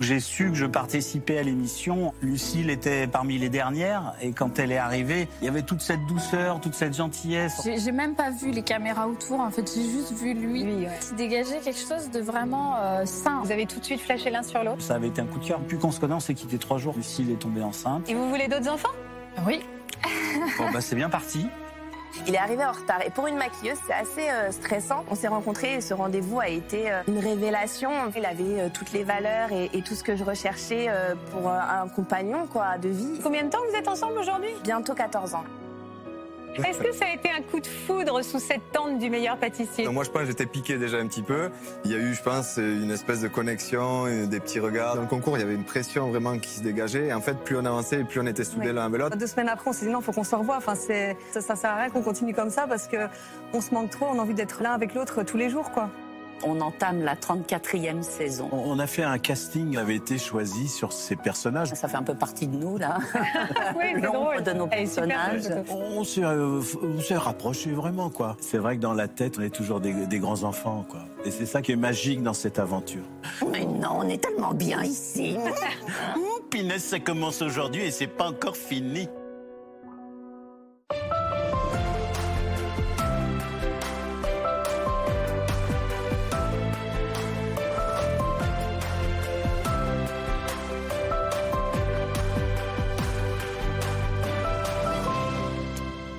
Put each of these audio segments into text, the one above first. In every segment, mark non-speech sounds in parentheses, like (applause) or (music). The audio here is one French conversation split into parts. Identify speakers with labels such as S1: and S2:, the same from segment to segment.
S1: J'ai su que je participais à l'émission. Lucille était parmi les dernières et quand elle est arrivée, il y avait toute cette douceur, toute cette gentillesse.
S2: J'ai, j'ai même pas vu les caméras autour, en fait, j'ai juste vu lui,
S3: Lui, ouais.
S2: qui dégageait quelque chose de vraiment euh, sain.
S3: Vous avez tout de suite flashé l'un sur l'autre.
S1: Ça avait été un coup de cœur. Plus qu'on se connaît, on s'est quitté trois jours. Lucille est tombée enceinte.
S3: Et vous voulez d'autres enfants
S2: Oui.
S1: Bon, bah, c'est bien parti.
S4: (laughs) Il est arrivé en retard et pour une maquilleuse, c'est assez euh, stressant. On s'est rencontrés et ce rendez-vous a été euh, une révélation. Il avait euh, toutes les valeurs et, et tout ce que je recherchais euh, pour euh, un compagnon quoi, de vie.
S3: Combien de temps vous êtes ensemble aujourd'hui
S4: Bientôt 14 ans.
S3: Est-ce que ça a été un coup de foudre sous cette tente du meilleur pâtissier
S5: Non, moi, je pense que j'étais piqué déjà un petit peu. Il y a eu, je pense, une espèce de connexion, euh, des petits regards. Dans le concours, il y avait une pression vraiment qui se dégageait. Et en fait, plus on avançait, et plus on était soudés
S6: Oui.
S5: l'un avec
S7: Ah,
S5: l'autre.
S6: Deux semaines après, on s'est dit non, faut qu'on se revoie. Enfin, c'est ça, ça sert à rien qu'on continue comme ça parce que on se manque trop. On a envie d'être l'un avec l'autre tous les jours, quoi.
S8: On entame la 34e saison.
S9: On- On a fait un casting, avait été choisi sur ces personnages.
S8: Ça fait un peu partie de nous, là.
S3: Ah Oui, c'est
S8: L'ombre
S3: drôle.
S8: de nos
S3: Elle est super,
S10: Ah,
S8: personnages.
S3: cette photo.
S9: On s'est, euh, f- on s'est rapprochés vraiment, quoi. C'est vrai que dans la tête, on est toujours des, des grands enfants, quoi. Et c'est ça qui est magique dans cette aventure.
S8: Mais non, on est tellement bien ici.
S9: Ouh, Pinesse, ça commence aujourd'hui et c'est pas encore fini.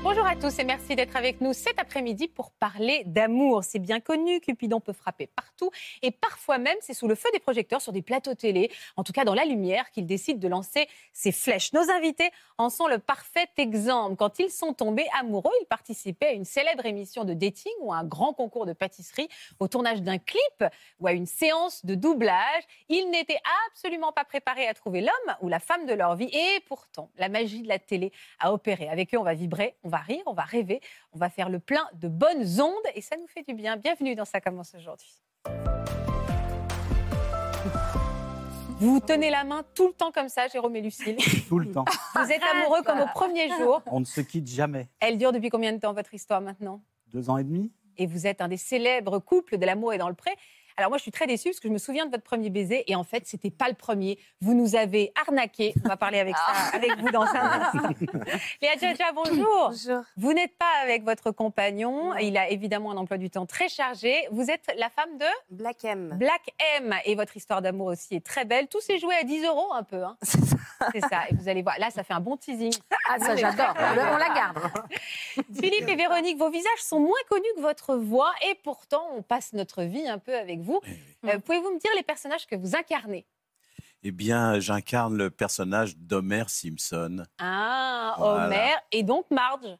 S7: Bonjour à tous et merci d'être avec nous cet après-midi pour parler d'amour. C'est bien connu, Cupidon peut frapper partout et parfois même c'est sous le feu des projecteurs sur des plateaux télé, en tout cas dans la lumière, qu'il décide de lancer ses flèches. Nos invités en sont le parfait exemple. Quand ils sont tombés amoureux, ils participaient à une célèbre émission de dating ou à un grand concours de pâtisserie, au tournage d'un clip ou à une séance de doublage. Ils n'étaient absolument pas préparés à trouver l'homme ou la femme de leur vie et pourtant la magie de la télé à opérer. Avec eux, on va vibrer, on va rire, on va rêver, on va faire le plein de bonnes ondes et ça nous fait du bien. Bienvenue dans Ça commence aujourd'hui. Vous vous tenez la main tout le temps comme ça, Jérôme et Lucille.
S1: Tout le temps.
S7: Vous êtes amoureux comme au premier jour.
S1: On ne se quitte jamais.
S7: Elle dure depuis combien de temps votre histoire maintenant
S1: Deux ans et demi
S7: Et vous êtes un des célèbres couples de l'amour et dans le pré. Alors moi je suis très déçue parce que je me souviens de votre premier baiser et en fait c'était pas le premier. Vous nous avez arnaqué. On va parler avec ça avec vous dans un instant. Léa Jaja, bonjour.
S2: Bonjour.
S7: Vous n'êtes pas avec votre compagnon. Il a évidemment un emploi du temps très chargé. Vous êtes la femme de
S4: Black M.
S7: Black M. Et votre histoire d'amour aussi est très belle. Tout s'est joué à 10 euros un peu. hein. C'est ça. Et vous allez voir. Là, ça fait un bon teasing.
S2: Ah, ça, j'adore. on la garde.
S7: Philippe et Véronique, vos visages sont moins connus que votre voix. Et pourtant, on passe notre vie un peu avec vous. Euh, Pouvez-vous me dire les personnages que vous incarnez
S9: Eh bien, j'incarne le personnage d'Homer Simpson.
S7: Ah,
S9: Voilà.
S7: Homer et donc Marge.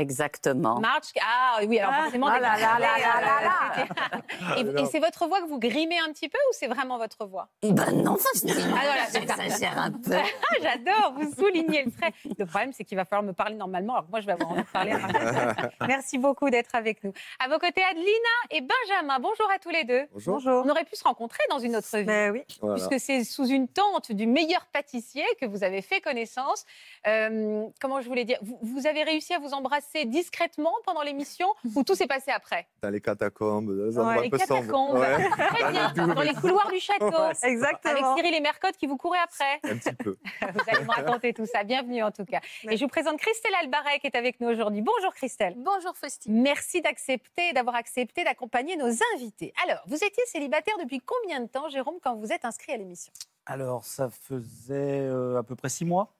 S8: Exactement.
S7: Marge, ah oui, alors
S3: Ah,
S7: forcément,
S3: ah
S7: dès
S3: là
S7: que-
S3: là là là là là.
S7: Et-
S5: Ah,
S7: et c'est votre voix que vous grimez un petit peu ou c'est vraiment votre voix
S8: Ben non, ça, je
S7: Ah non, là, c'est ça.
S8: j'exagère un peu.
S7: (laughs) Ah, j'adore, vous soulignez le trait. Le problème, c'est qu'il va falloir me parler normalement, alors que moi, je vais avoir envie de parler. à
S5: (laughs)
S7: Marc. Merci beaucoup d'être avec nous. À vos côtés, Adelina et Benjamin. Bonjour à tous les deux.
S5: Bonjour.
S7: On aurait pu se rencontrer dans une autre vie.
S6: Mais oui.
S5: Voilà.
S7: Puisque c'est sous une tente du meilleur pâtissier que vous avez fait connaissance. Euh, comment je voulais dire vous, vous avez réussi à vous embrasser discrètement pendant l'émission ou tout s'est passé après
S5: Dans les catacombes, euh, dans les endroits
S7: Les
S5: un peu sombres.
S7: catacombes.
S5: Ouais,
S7: (laughs) Très bien. Dans les couloirs du château. Avec
S6: Exactement.
S7: Cyril et Mercotte qui vous couraient après.
S5: un petit peu.
S7: (laughs) Vous allez me raconter tout ça. Bienvenue en tout cas. Et je vous présente Christelle Albaret qui est avec nous aujourd'hui. Bonjour Christelle.
S2: Bonjour, Faustine.
S7: Merci d'accepter, d'avoir accepté d'accompagner nos invités. Alors, vous étiez célibataire depuis combien de temps, Jérôme, quand vous êtes inscrit à l'émission
S1: Alors, ça faisait euh, à peu près six mois.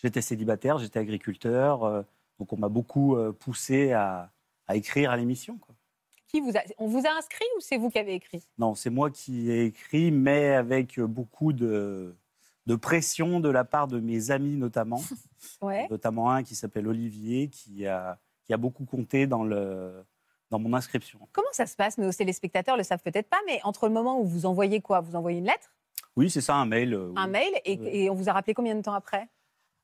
S1: J'étais célibataire, j'étais agriculteur. euh, donc, on m'a beaucoup euh, poussé à, à écrire à l'émission. quoi.
S7: Qui vous a- On vous a inscrit ou c'est vous qui avez écrit
S1: Non, c'est moi qui ai écrit, mais avec euh, beaucoup de, de pression de la part de mes amis
S7: (laughs)
S1: notamment,
S7: Ouais.
S1: notamment un qui s'appelle Olivier, qui a, qui a beaucoup compté dans, le, dans mon inscription.
S7: Comment ça se passe Nos téléspectateurs le savent peut-être pas, mais entre le moment où vous envoyez quoi Vous envoyez une lettre,
S1: Oui, c'est ça, un mail. euh, oui.
S7: un mail, et,
S1: Ouais.
S7: et on vous a rappelé combien de temps après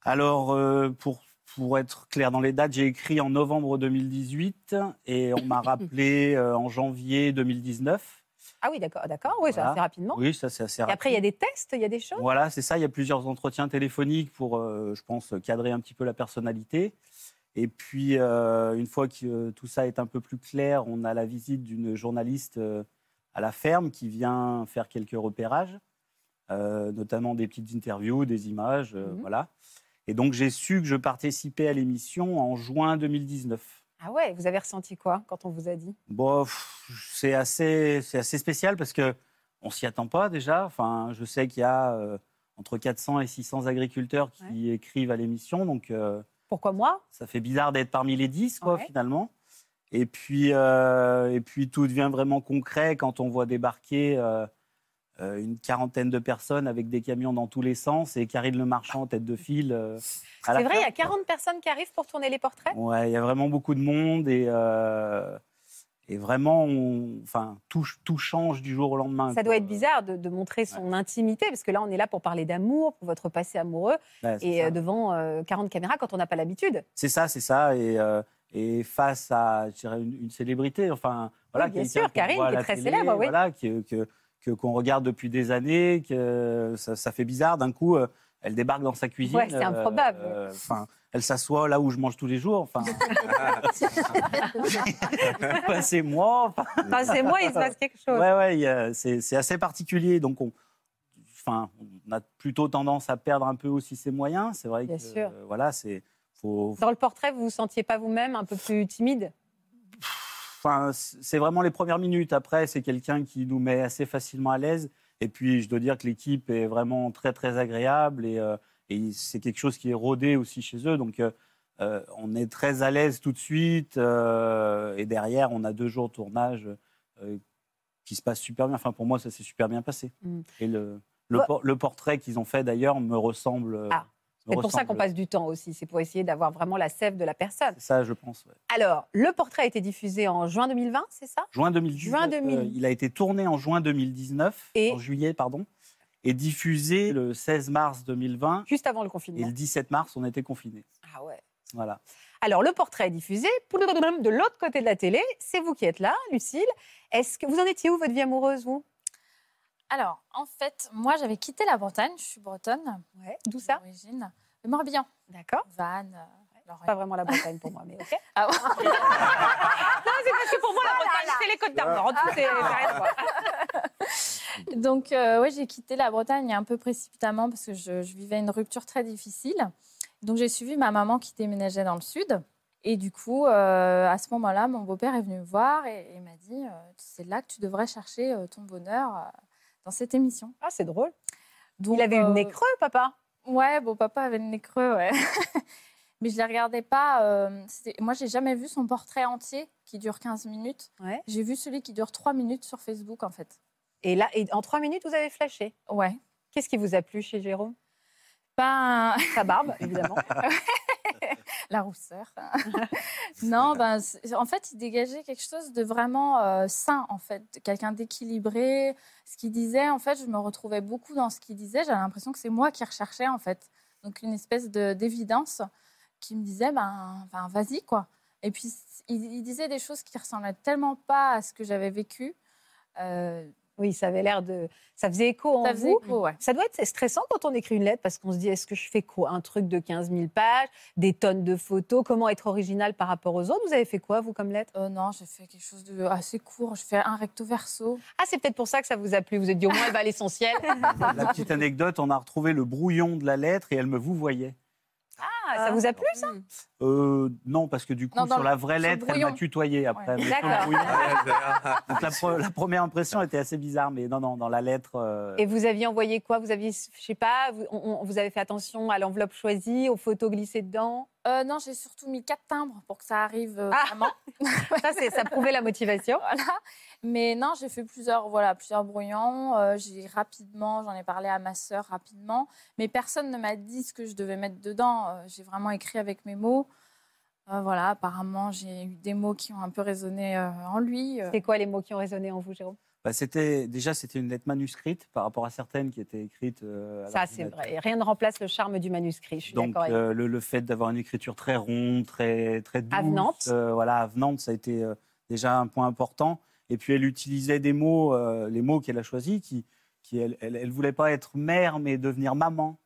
S1: Alors, euh, pour, pour être clair dans les dates, j'ai écrit
S7: (laughs)
S1: en novembre 2018 et on m'a rappelé euh, en janvier 2019.
S7: Ah oui, d'accord, d'accord. Oui, ça,
S1: Voilà.
S7: assez rapidement.
S1: Oui, ça c'est assez
S7: Et
S1: rapide.
S7: après, il y a des tests, il y a des choses.
S1: Voilà, c'est ça. Il y a plusieurs entretiens téléphoniques pour, euh, je pense, cadrer un petit peu la personnalité. Et puis, euh, une fois que euh, tout ça est un peu plus clair, on a la visite d'une journaliste euh, à la ferme qui vient faire quelques repérages, euh, notamment des petites interviews, des images, euh,
S7: Mhm.
S1: voilà. Et donc, j'ai su que je participais à l'émission en juin 2019.
S7: Ah ouais, vous avez ressenti quoi quand on vous a dit
S1: Bon, pff, c'est assez, c'est assez spécial parce que on s'y attend pas déjà. Enfin, je sais qu'il y a euh, entre 400 et 600 agriculteurs qui écrivent à l'émission, donc euh,
S7: Pourquoi moi
S1: ça fait bizarre d'être parmi les 10, quoi,
S7: Ouais.
S1: finalement. Et puis, euh, et puis tout devient vraiment concret quand on voit débarquer euh, euh, une quarantaine de personnes avec des camions dans tous les sens et Karine Le Marchand en tête de file. euh, à la
S7: C'est vrai, il y a
S1: ferme, quoi.
S7: 40 personnes qui arrivent pour tourner les portraits
S1: Ouais, il y a vraiment beaucoup de monde et, euh, et vraiment, on- enfin, tout, tout change du jour au lendemain.
S7: Ça
S1: quoi.
S7: doit être bizarre de, de montrer son intimité, parce que là, on est là pour parler d'amour, pour votre passé amoureux,
S1: Ouais, c'est
S7: et
S1: ça.
S7: euh, devant euh, 40 caméras quand on n'a pas l'habitude.
S1: C'est ça, c'est ça. Et, euh, et face à je dirais, une, une célébrité, enfin, voilà.
S7: Oui, bien
S1: quelqu'un
S7: sûr,
S1: qu'on
S7: Karine,
S1: voit à
S7: qui est
S1: la
S7: très
S1: télé,
S7: célèbre, oui.
S1: Voilà, que, que- que- qu'on regarde depuis des années, que ça, ça fait bizarre. D'un coup, euh, elle débarque dans sa cuisine.
S7: Ouais, c'est improbable.
S1: euh, Enfin, elle s'assoit là où je mange tous les jours. Enfin,
S7: (laughs)
S1: Ouais, c'est moi. enfin,
S7: Enfin, c'est moi, il se passe quelque chose.
S1: Ouais, ouais, il y a- c'est c'est assez particulier. Donc, on, enfin, on a plutôt tendance à perdre un peu aussi ses moyens. C'est vrai
S7: Bien
S1: que,
S7: sûr.
S1: euh, voilà, c'est. Faut,
S7: Dans le portrait, vous vous sentiez pas vous-même un peu plus timide
S1: Enfin, c'est vraiment les premières minutes. Après, c'est quelqu'un qui nous met assez facilement à l'aise. Et puis, je dois dire que l'équipe est vraiment très, très agréable. Et, euh, et c'est quelque chose qui est rodé aussi chez eux. Donc, euh, euh, on est très à l'aise tout de suite. euh, et derrière, on a deux jours de tournage euh, qui se passent super bien. Enfin, pour moi, ça s'est super bien passé.
S7: Mm.
S1: Et le, le,
S7: Bah-
S1: por- le portrait qu'ils ont fait, d'ailleurs, me ressemble. euh,
S7: Ah,
S1: me
S7: C'est pour ça qu'on
S1: ressemble.
S7: passe du temps aussi, c'est pour essayer d'avoir vraiment la sève de la personne.
S1: C'est ça, je pense. ouais.
S7: Alors, le portrait a été diffusé en juin 2020, c'est ça
S1: Juin 2019.
S7: Juin 2000.
S1: euh, il a été tourné en juin 2019,
S7: Et-
S1: en juillet, pardon, et diffusé le 16 mars 2020.
S7: Juste avant le
S1: Et
S7: confinement.
S1: le 17 mars, on était confinés.
S7: Ah ouais.
S1: Voilà.
S7: Alors, le portrait est diffusé de l'autre côté de la télé. C'est vous qui êtes là, Lucille. Est-ce que vous en étiez où, votre vie
S2: (laughs)
S7: amoureuse, vous
S2: Alors, en fait, moi, j'avais quitté la Bretagne. Je suis bretonne
S7: Ouais. D'où ça
S2: d'origine. Le Morbihan,
S7: D'accord.
S2: Vannes, euh, Lorraine.
S7: Pas vraiment la Bretagne pour moi, mais ok.
S2: Ah ouais.
S7: non, c'est parce que pour moi, la Bretagne, c'est les Côtes d'Armor. En tout, c'est
S2: Ah.
S7: c'est rien à voir.
S2: (laughs) Donc, euh, ouais, j'ai quitté la Bretagne un peu précipitamment parce que je, je vivais une rupture très difficile. Donc, j'ai suivi ma maman qui déménageait dans le sud. Et du coup, euh, à ce moment-là, mon beau-père est venu me voir et, et m'a dit euh, C'est là que tu devrais chercher euh, ton bonheur euh, dans cette émission.
S7: Ah, c'est drôle.
S2: Donc,
S7: Il avait
S2: euh,
S7: une nez creux, papa.
S2: Ouais, bon, papa avait le nez creux, ouais. (laughs) Mais je ne les regardais pas. euh, c'était- moi, j'ai jamais vu son portrait entier qui dure 15 minutes.
S7: Ouais.
S2: J'ai vu celui qui dure 3 minutes sur Facebook, en fait.
S7: Et là, et en trois minutes, vous avez flashé.
S2: Ouais.
S7: Qu'est-ce qui vous a plu chez Jérôme
S2: Ben,
S7: Sa barbe,
S2: (laughs)
S7: évidemment.
S2: la rousseur. non, ben, c'est- en fait, il dégageait quelque chose de vraiment euh, sain, en fait, de quelqu'un d'équilibré. Ce qu'il disait, en fait, je me retrouvais beaucoup dans ce qu'il disait. J'avais l'impression que c'est moi qui recherchais, en fait. Donc, une espèce de- d'évidence qui me disait, ben, ben, vas-y, quoi. Et puis, il, il disait des choses qui ressemblaient tellement pas à ce que j'avais vécu. Euh,
S7: Oui, ça avait l'air de. Ça faisait écho en
S2: ça faisait
S7: vous.
S2: écho, ouais.
S7: Ça doit être stressant quand on écrit une lettre parce qu'on se dit est-ce que je fais quoi Un truc de 15 000 pages, des tonnes de photos, comment être original par rapport aux autres Vous avez fait quoi, vous, comme lettre
S2: Euh, non, j'ai fait quelque chose de assez court. Je fais un recto verso.
S7: Ah, c'est peut-être pour ça que ça vous a plu. Vous vous êtes dit au moins, elle va à l'essentiel.
S1: (laughs)
S7: Ah.
S1: La petite anecdote, on a retrouvé le brouillon de la lettre et elle me vous voyait.
S7: Ah, ça vous a plu, ça
S1: Euh, non, parce que du coup,
S2: Non, dans
S1: sur
S2: le-
S1: la vraie
S2: sur le
S1: lettre, elle m'a
S2: brouillon.
S1: tutoyé après.
S2: Ouais.
S1: mais sur le
S7: D'accord.
S1: brouillon-
S5: Ah,
S1: (laughs) Donc, la, pre- la première impression était assez bizarre, mais non, non, dans la lettre. euh,
S7: Et vous aviez envoyé quoi Vous aviez, je sais pas, vous, on- on- vous avez fait attention à l'enveloppe choisie, aux photos glissées dedans
S2: Euh, non, j'ai surtout mis quatre timbres pour que ça arrive euh,
S7: Ah.
S2: vraiment.
S7: (laughs) Ça, c'est- ça prouvait la motivation.
S2: (laughs) Voilà. Mais non, j'ai fait plusieurs, voilà, plusieurs brouillons. Euh, j'ai rapidement, j'en ai parlé à ma sœur rapidement, mais personne ne m'a dit ce que je devais mettre dedans. Euh, j'ai vraiment écrit avec mes mots. Euh, voilà, apparemment, j'ai eu des mots qui ont un peu résonné euh, en lui. Euh,
S7: C'est quoi les mots qui ont résonné en vous, Jérôme
S1: bah, c'était déjà c'était une lettre manuscrite par rapport à certaines qui étaient écrites. euh, à
S7: Ça, c'est
S1: l'ordinateur.
S7: vrai. Et Rien ne remplace le charme du manuscrit. Je suis
S1: Donc
S7: d'accord avec
S1: euh, le, le fait d'avoir une écriture très ronde, très très douce,
S7: Avenante.
S1: euh, voilà avenante, ça a été euh, déjà un point important. Et puis elle utilisait des mots, euh, les mots qu'elle a choisis, qui, qui elle, elle, elle voulait pas être mère, mais devenir maman.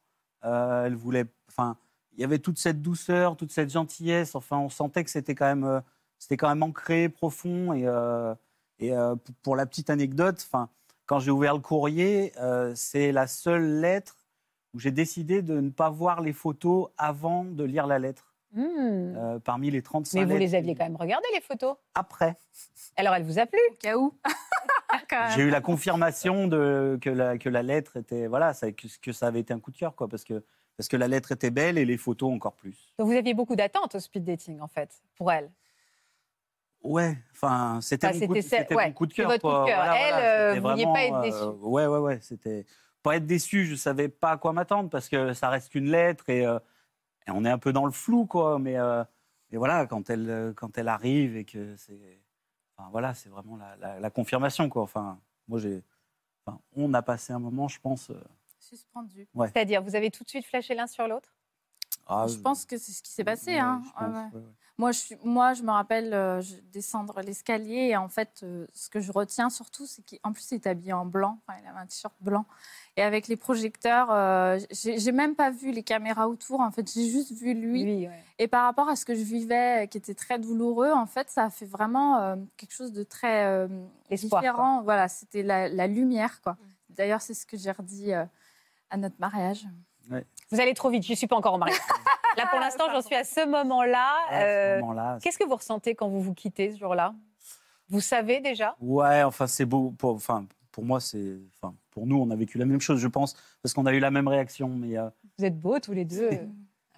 S1: Euh, elle voulait, enfin, il y avait toute cette douceur, toute cette gentillesse. Enfin, on sentait que c'était quand même, euh, c'était quand même ancré, profond. Et, euh, et euh, p- pour la petite anecdote, enfin, quand j'ai ouvert le courrier, euh, c'est la seule lettre où j'ai décidé de ne pas voir les photos avant de lire la lettre.
S7: Hmm.
S1: Euh, parmi les 35
S7: Mais vous
S1: lettres.
S7: les aviez quand même regardées, les photos
S1: Après.
S7: Alors, elle vous a plu
S2: Au cas où.
S1: J'ai eu la confirmation de, que, la, que la lettre était voilà ça, que, que ça avait été un coup de cœur quoi parce que parce que la lettre était belle et les photos encore plus.
S7: Donc, vous aviez beaucoup d'attentes au speed dating, en fait, pour elle.
S1: Ouais, enfin c'était
S7: Enfin,
S1: mon, coup de-
S7: c'était-
S1: c'était
S7: ouais,
S1: mon coup de
S7: c'était
S1: cœur.
S7: votre coup de
S1: quoi.
S7: cœur. Elle, euh,
S1: c'était
S7: vous vouliez pas
S1: vraiment,
S7: être
S1: euh, ouais ouais ouais c'était pas être déçu. Je savais pas à quoi m'attendre parce que ça reste qu'une lettre et, euh, et on est un peu dans le flou quoi. Mais euh, mais voilà quand elle euh, quand elle arrive et que c'est enfin, voilà c'est vraiment la, la- la confirmation quoi. Enfin moi j'ai enfin, on a passé un moment je pense. euh,
S2: Suspendu.
S7: C'est-à-dire, vous avez tout de suite flashé l'un sur l'autre
S1: Ah,
S2: je pense que c'est ce qui s'est passé.
S1: ouais,
S2: hein.
S1: je
S2: Ouais,
S1: pense,
S2: ouais.
S1: ouais, ouais.
S2: Moi, je, suis- moi, je me rappelle euh, je- descendre l'escalier et en fait, euh, ce que je retiens surtout, c'est qu'en plus, il est habillé en blanc. Enfin, il avait un t-shirt blanc. Et avec les projecteurs, euh, j'ai j'ai même pas vu les caméras autour. En fait, j'ai juste vu lui.
S7: ouais.
S2: Et par rapport à ce que je vivais, euh, qui était très douloureux, en fait, ça a fait vraiment euh, quelque chose de très euh,
S7: L'espoir,
S2: différent. Voilà, c'était la, la lumière, quoi.
S7: Mm.
S2: D'ailleurs, c'est ce que j'ai redit euh, à notre mariage.
S7: Vous allez trop vite, je ne suis pas encore en mariage. Là, pour l'instant, j'en suis à ce
S1: Ouais,
S7: moment-là.
S1: à
S7: Euh,
S1: ce moment-là, c'est-
S7: Qu'est-ce que vous ressentez quand vous vous quittez ce jour-là Vous savez déjà
S1: Ouais, enfin, c'est beau. Pour, enfin, pour moi, c'est. Enfin, pour nous, on a vécu la même chose, je pense, parce qu'on a eu la même réaction. Mais euh,
S7: Vous êtes beaux tous les deux.
S1: C'est-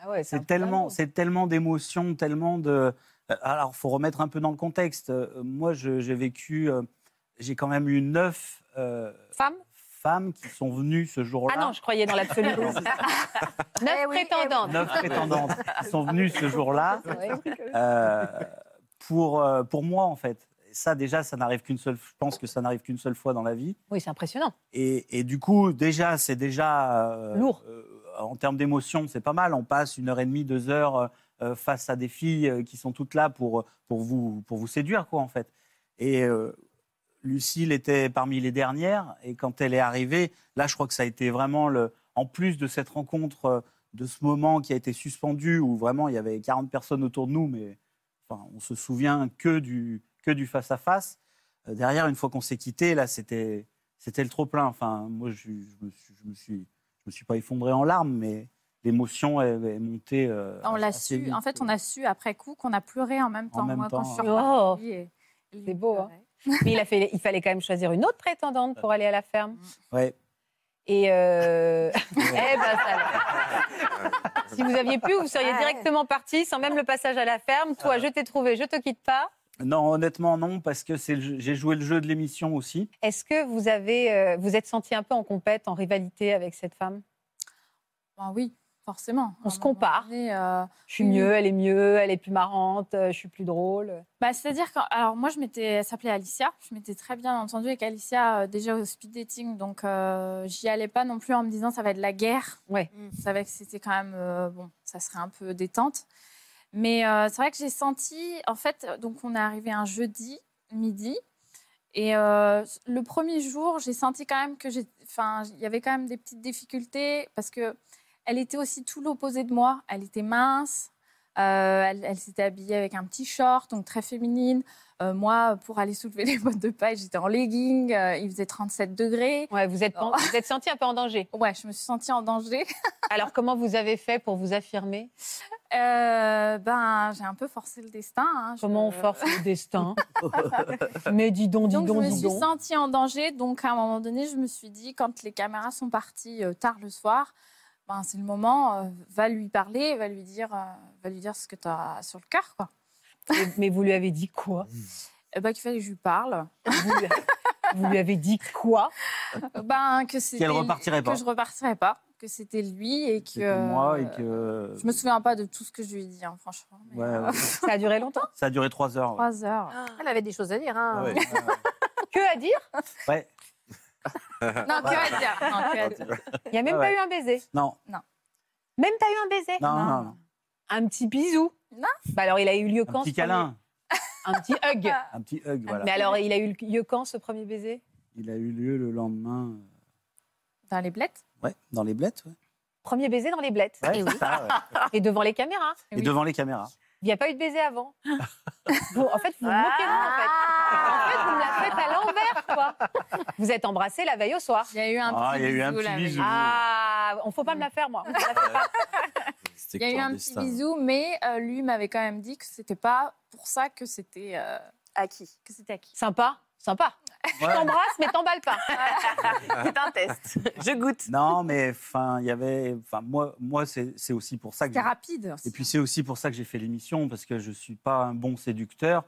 S7: Ah ouais, un
S1: c'est
S7: peu
S1: tellement,
S7: dingo.
S1: c'est tellement d'émotions, tellement de. Euh, Alors, faut remettre un peu dans le contexte. Euh, Moi, je- j'ai vécu. euh, J'ai quand même eu neuf euh,
S7: Femme
S1: femmes qui sont venues ce jour-là.
S7: Ah non, je croyais dans
S1: (laughs)
S7: l'absolu. (laughs) Neuf
S4: Eh oui, eh
S7: prétendantes.
S1: Neuf prétendantes qui sont venues ce
S7: (laughs)
S1: jour-là.
S7: Ouais.
S1: Euh, pour, euh, pour moi, en fait. Ça, déjà, ça n'arrive qu'une seule. Je pense que ça n'arrive qu'une seule fois dans la vie.
S7: Oui, c'est impressionnant.
S1: Et, et du coup, déjà, c'est déjà. euh,
S7: Lourd.
S1: euh, en termes d'émotion, c'est pas mal. On passe une heure et demie, deux heures euh, face à des filles euh, qui sont toutes là pour, pour, vous, pour vous séduire, quoi, en fait. Et euh, Lucille était parmi les dernières. Et quand elle est arrivée, là, je crois que ça a été vraiment le. En plus de cette rencontre, euh, de ce moment qui a été suspendu, où vraiment il y avait 40 personnes autour de nous, mais enfin, on se souvient que du que du face à face. Derrière, une fois qu'on s'est quitté, là, c'était c'était le trop plein. Enfin, moi, je, je me suis, je me suis, je me suis pas effondré en larmes, mais l'émotion est, est montée. euh,
S2: On l'a
S1: assez
S2: su.
S1: vite.
S2: En fait, on a su après coup qu'on a pleuré en même temps.
S1: même
S2: Moi, quand je
S1: temps,
S2: suis
S7: ouais.
S2: repartie et- et lui
S7: hein. C'est beau, hein.
S2: pleurait.
S7: Mais il, a fait- il fallait quand même choisir une autre prétendante pour aller à la ferme.
S1: Ouais.
S7: Et
S1: (laughs)
S3: (laughs)
S7: euh, eh ben, ça va. (laughs) si vous aviez pu, vous seriez
S4: Ah ouais.
S7: directement parti sans même le passage à la ferme.
S1: Ah.
S7: Toi, je t'ai trouvé, je te quitte pas.
S1: Non, honnêtement, non, parce que c'est le jeu- j'ai joué le jeu de l'émission aussi.
S7: Est-ce que vous avez, euh, vous êtes senti un peu en compète, en rivalité avec cette femme
S2: Ben oui, forcément.
S7: On
S2: À un
S7: se
S2: moment
S7: compare.
S2: donné, euh,
S7: Je suis
S2: Oui.
S7: mieux, elle est mieux, elle est plus marrante, euh, je suis plus drôle.
S2: bah, C'est-à-dire que, alors moi, je m'étais, elle s'appelait Alicia. Je m'étais très bien entendue avec Alicia euh, déjà au speed dating, donc euh, j'y allais pas non plus en me disant ça va être la guerre.
S7: Ouais.
S4: Mm.
S2: Je savais que c'était quand même euh, bon, ça serait un peu détente. Mais euh, c'est vrai que j'ai senti, en fait, donc on est arrivé un jeudi midi. Et euh, le premier jour, j'ai senti quand même que j'ai, enfin, il y avait quand même des petites difficultés parce que elle était aussi tout l'opposé de moi. Elle était mince. euh, elle elle s'était habillée avec un petit short, donc très féminine. Euh, moi, pour aller soulever (laughs) les bottes de paille, j'étais en legging. euh, il faisait 37 degrés.
S7: Ouais, vous êtes,
S2: Oh. (laughs)
S7: vous êtes senti un peu en danger.
S2: Ouais, je me suis sentie en danger.
S7: Alors comment vous avez fait pour vous affirmer
S2: Euh, ben, j'ai un peu forcé le destin. hein. Je-
S7: Comment on force le destin
S2: (laughs)
S7: Mais dis donc, dis
S2: Donc, je
S7: donc,
S2: me
S7: dis
S2: suis
S7: donc.
S2: sentie en danger. Donc, à un moment donné, je me suis dit, quand les caméras sont parties euh, tard le soir, ben, c'est le moment, euh, va lui parler, va lui dire, euh, va lui dire ce que tu as sur le cœur. Quoi.
S7: Mais- Mais vous lui avez
S1: (laughs)
S7: dit quoi
S1: Hmm.
S2: Eh ben, qu'il fallait que je lui parle.
S7: vous lui, vous lui avez dit quoi
S2: Euh, Ben, que c'était
S1: Qu'elle repartirait pas.
S2: Que je repartirais pas. Que c'était lui et que. euh,
S1: C'était moi et que.
S2: Je me souviens pas de tout ce que je lui ai dit, hein, franchement. mais,
S1: Ouais,
S2: euh,
S1: ouais.
S7: Ça a duré longtemps.
S1: Ça a duré trois heures. ouais.
S2: Trois heures.
S4: Ah. Elle avait des choses à dire. Hein.
S2: (laughs)
S9: Ah ouais.
S7: Que à dire
S1: Ouais.
S2: Non, que à dire. Non, que à dire.
S7: Il n'y a même
S1: Ah
S7: pas
S1: ouais.
S7: eu un baiser.
S1: Non,
S7: Même pas eu un baiser.
S1: non, non. non.
S7: Un petit bisou.
S2: Non.
S7: Bah alors il a eu lieu
S1: Un
S7: quand
S1: petit
S7: ce premier-
S1: câlin.
S2: (laughs)
S7: Un petit hug.
S2: Ah,
S1: Un petit hug, voilà.
S7: Mais alors, il a eu lieu quand ce premier baiser
S1: Il a eu lieu le lendemain.
S2: Dans les blettes Eh
S1: euh, Ouais, dans les blettes, ouais.
S7: Premier baiser dans les blettes.
S1: Ouais, c'est ça, ouais.
S7: Et devant les caméras.
S1: Et devant les caméras.
S7: Il n'y a pas eu de
S2: (laughs)
S7: baiser avant. Vous- en fait, vous vous moquez de moi, en fait. En fait, vous me la faites à l'envers, quoi. Vous êtes embrassés la veille au soir.
S2: Il y a eu un
S1: Ah, il
S2: petit
S1: y a eu un
S2: bisou,
S1: petit
S2: là,
S1: bisou.
S7: Ah, on faut pas me la faire, moi. On me la
S2: (laughs)
S7: fait pas.
S9: C'était
S2: Il y a eu un petit
S9: clandestin.
S2: bisou, mais euh, lui m'avait quand même dit que c'était pas pour ça que c'était euh,
S4: Acquis.
S2: que c'était acquis.
S7: Sympa, sympa. Je t'embrasse, mais t'emballe pas.
S4: (laughs) C'est un test.
S8: Je goûte.
S1: Non, mais enfin, il y avait. Enfin, moi, moi c'est c'est aussi pour ça que.
S2: C'était
S1: j'ai-
S2: rapide. aussi.
S1: Et puis c'est aussi pour ça que j'ai fait l'émission parce que je suis pas un bon séducteur.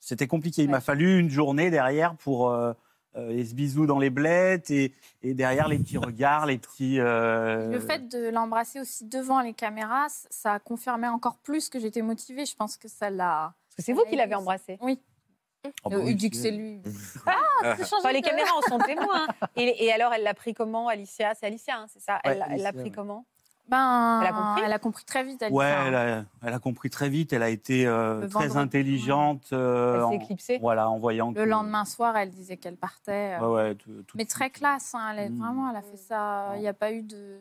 S1: C'était compliqué. Il m'a fallu une journée derrière pour euh, euh, les bisous dans les blettes et, et derrière les petits regards, les petits. euh,
S2: Le fait de l'embrasser aussi devant les caméras, c- ça a confirmé encore plus que j'étais motivée. Je pense que ça l'a.
S7: Parce que c'est vous qui l'avez embrassé.
S1: Oh, bah
S2: Euh,
S1: oui,
S2: il dit que
S1: tu-
S2: c'est lui. Ah,
S7: Enfin, les caméras en sont témoins. hein.
S2: (laughs)
S7: Et, et alors, elle l'a pris comment, Alicia C'est Alicia, hein, c'est ça Elle
S1: Ouais,
S7: l'a- elle l'a
S1: Alicia,
S7: pris
S1: ouais.
S7: comment
S2: Ben,
S7: Elle a compris
S2: Elle a compris très vite. (laughs) Elle
S1: Ouais,
S2: dit hein. ça.
S1: elle a, elle a compris très vite. Elle a été euh,
S2: Le
S1: très
S2: vendredi.
S1: intelligente. euh,
S7: Elle
S1: en-
S7: s'est éclipsée.
S1: Voilà, en voyant.
S2: Le
S1: que-
S2: lendemain soir, elle disait qu'elle partait. euh,
S1: euh, Ouais, ouais, tout- tout-
S2: Mais très classe, hein, elle est-
S1: Mm.
S2: vraiment, elle a fait ça. Il n'y a pas eu de. de-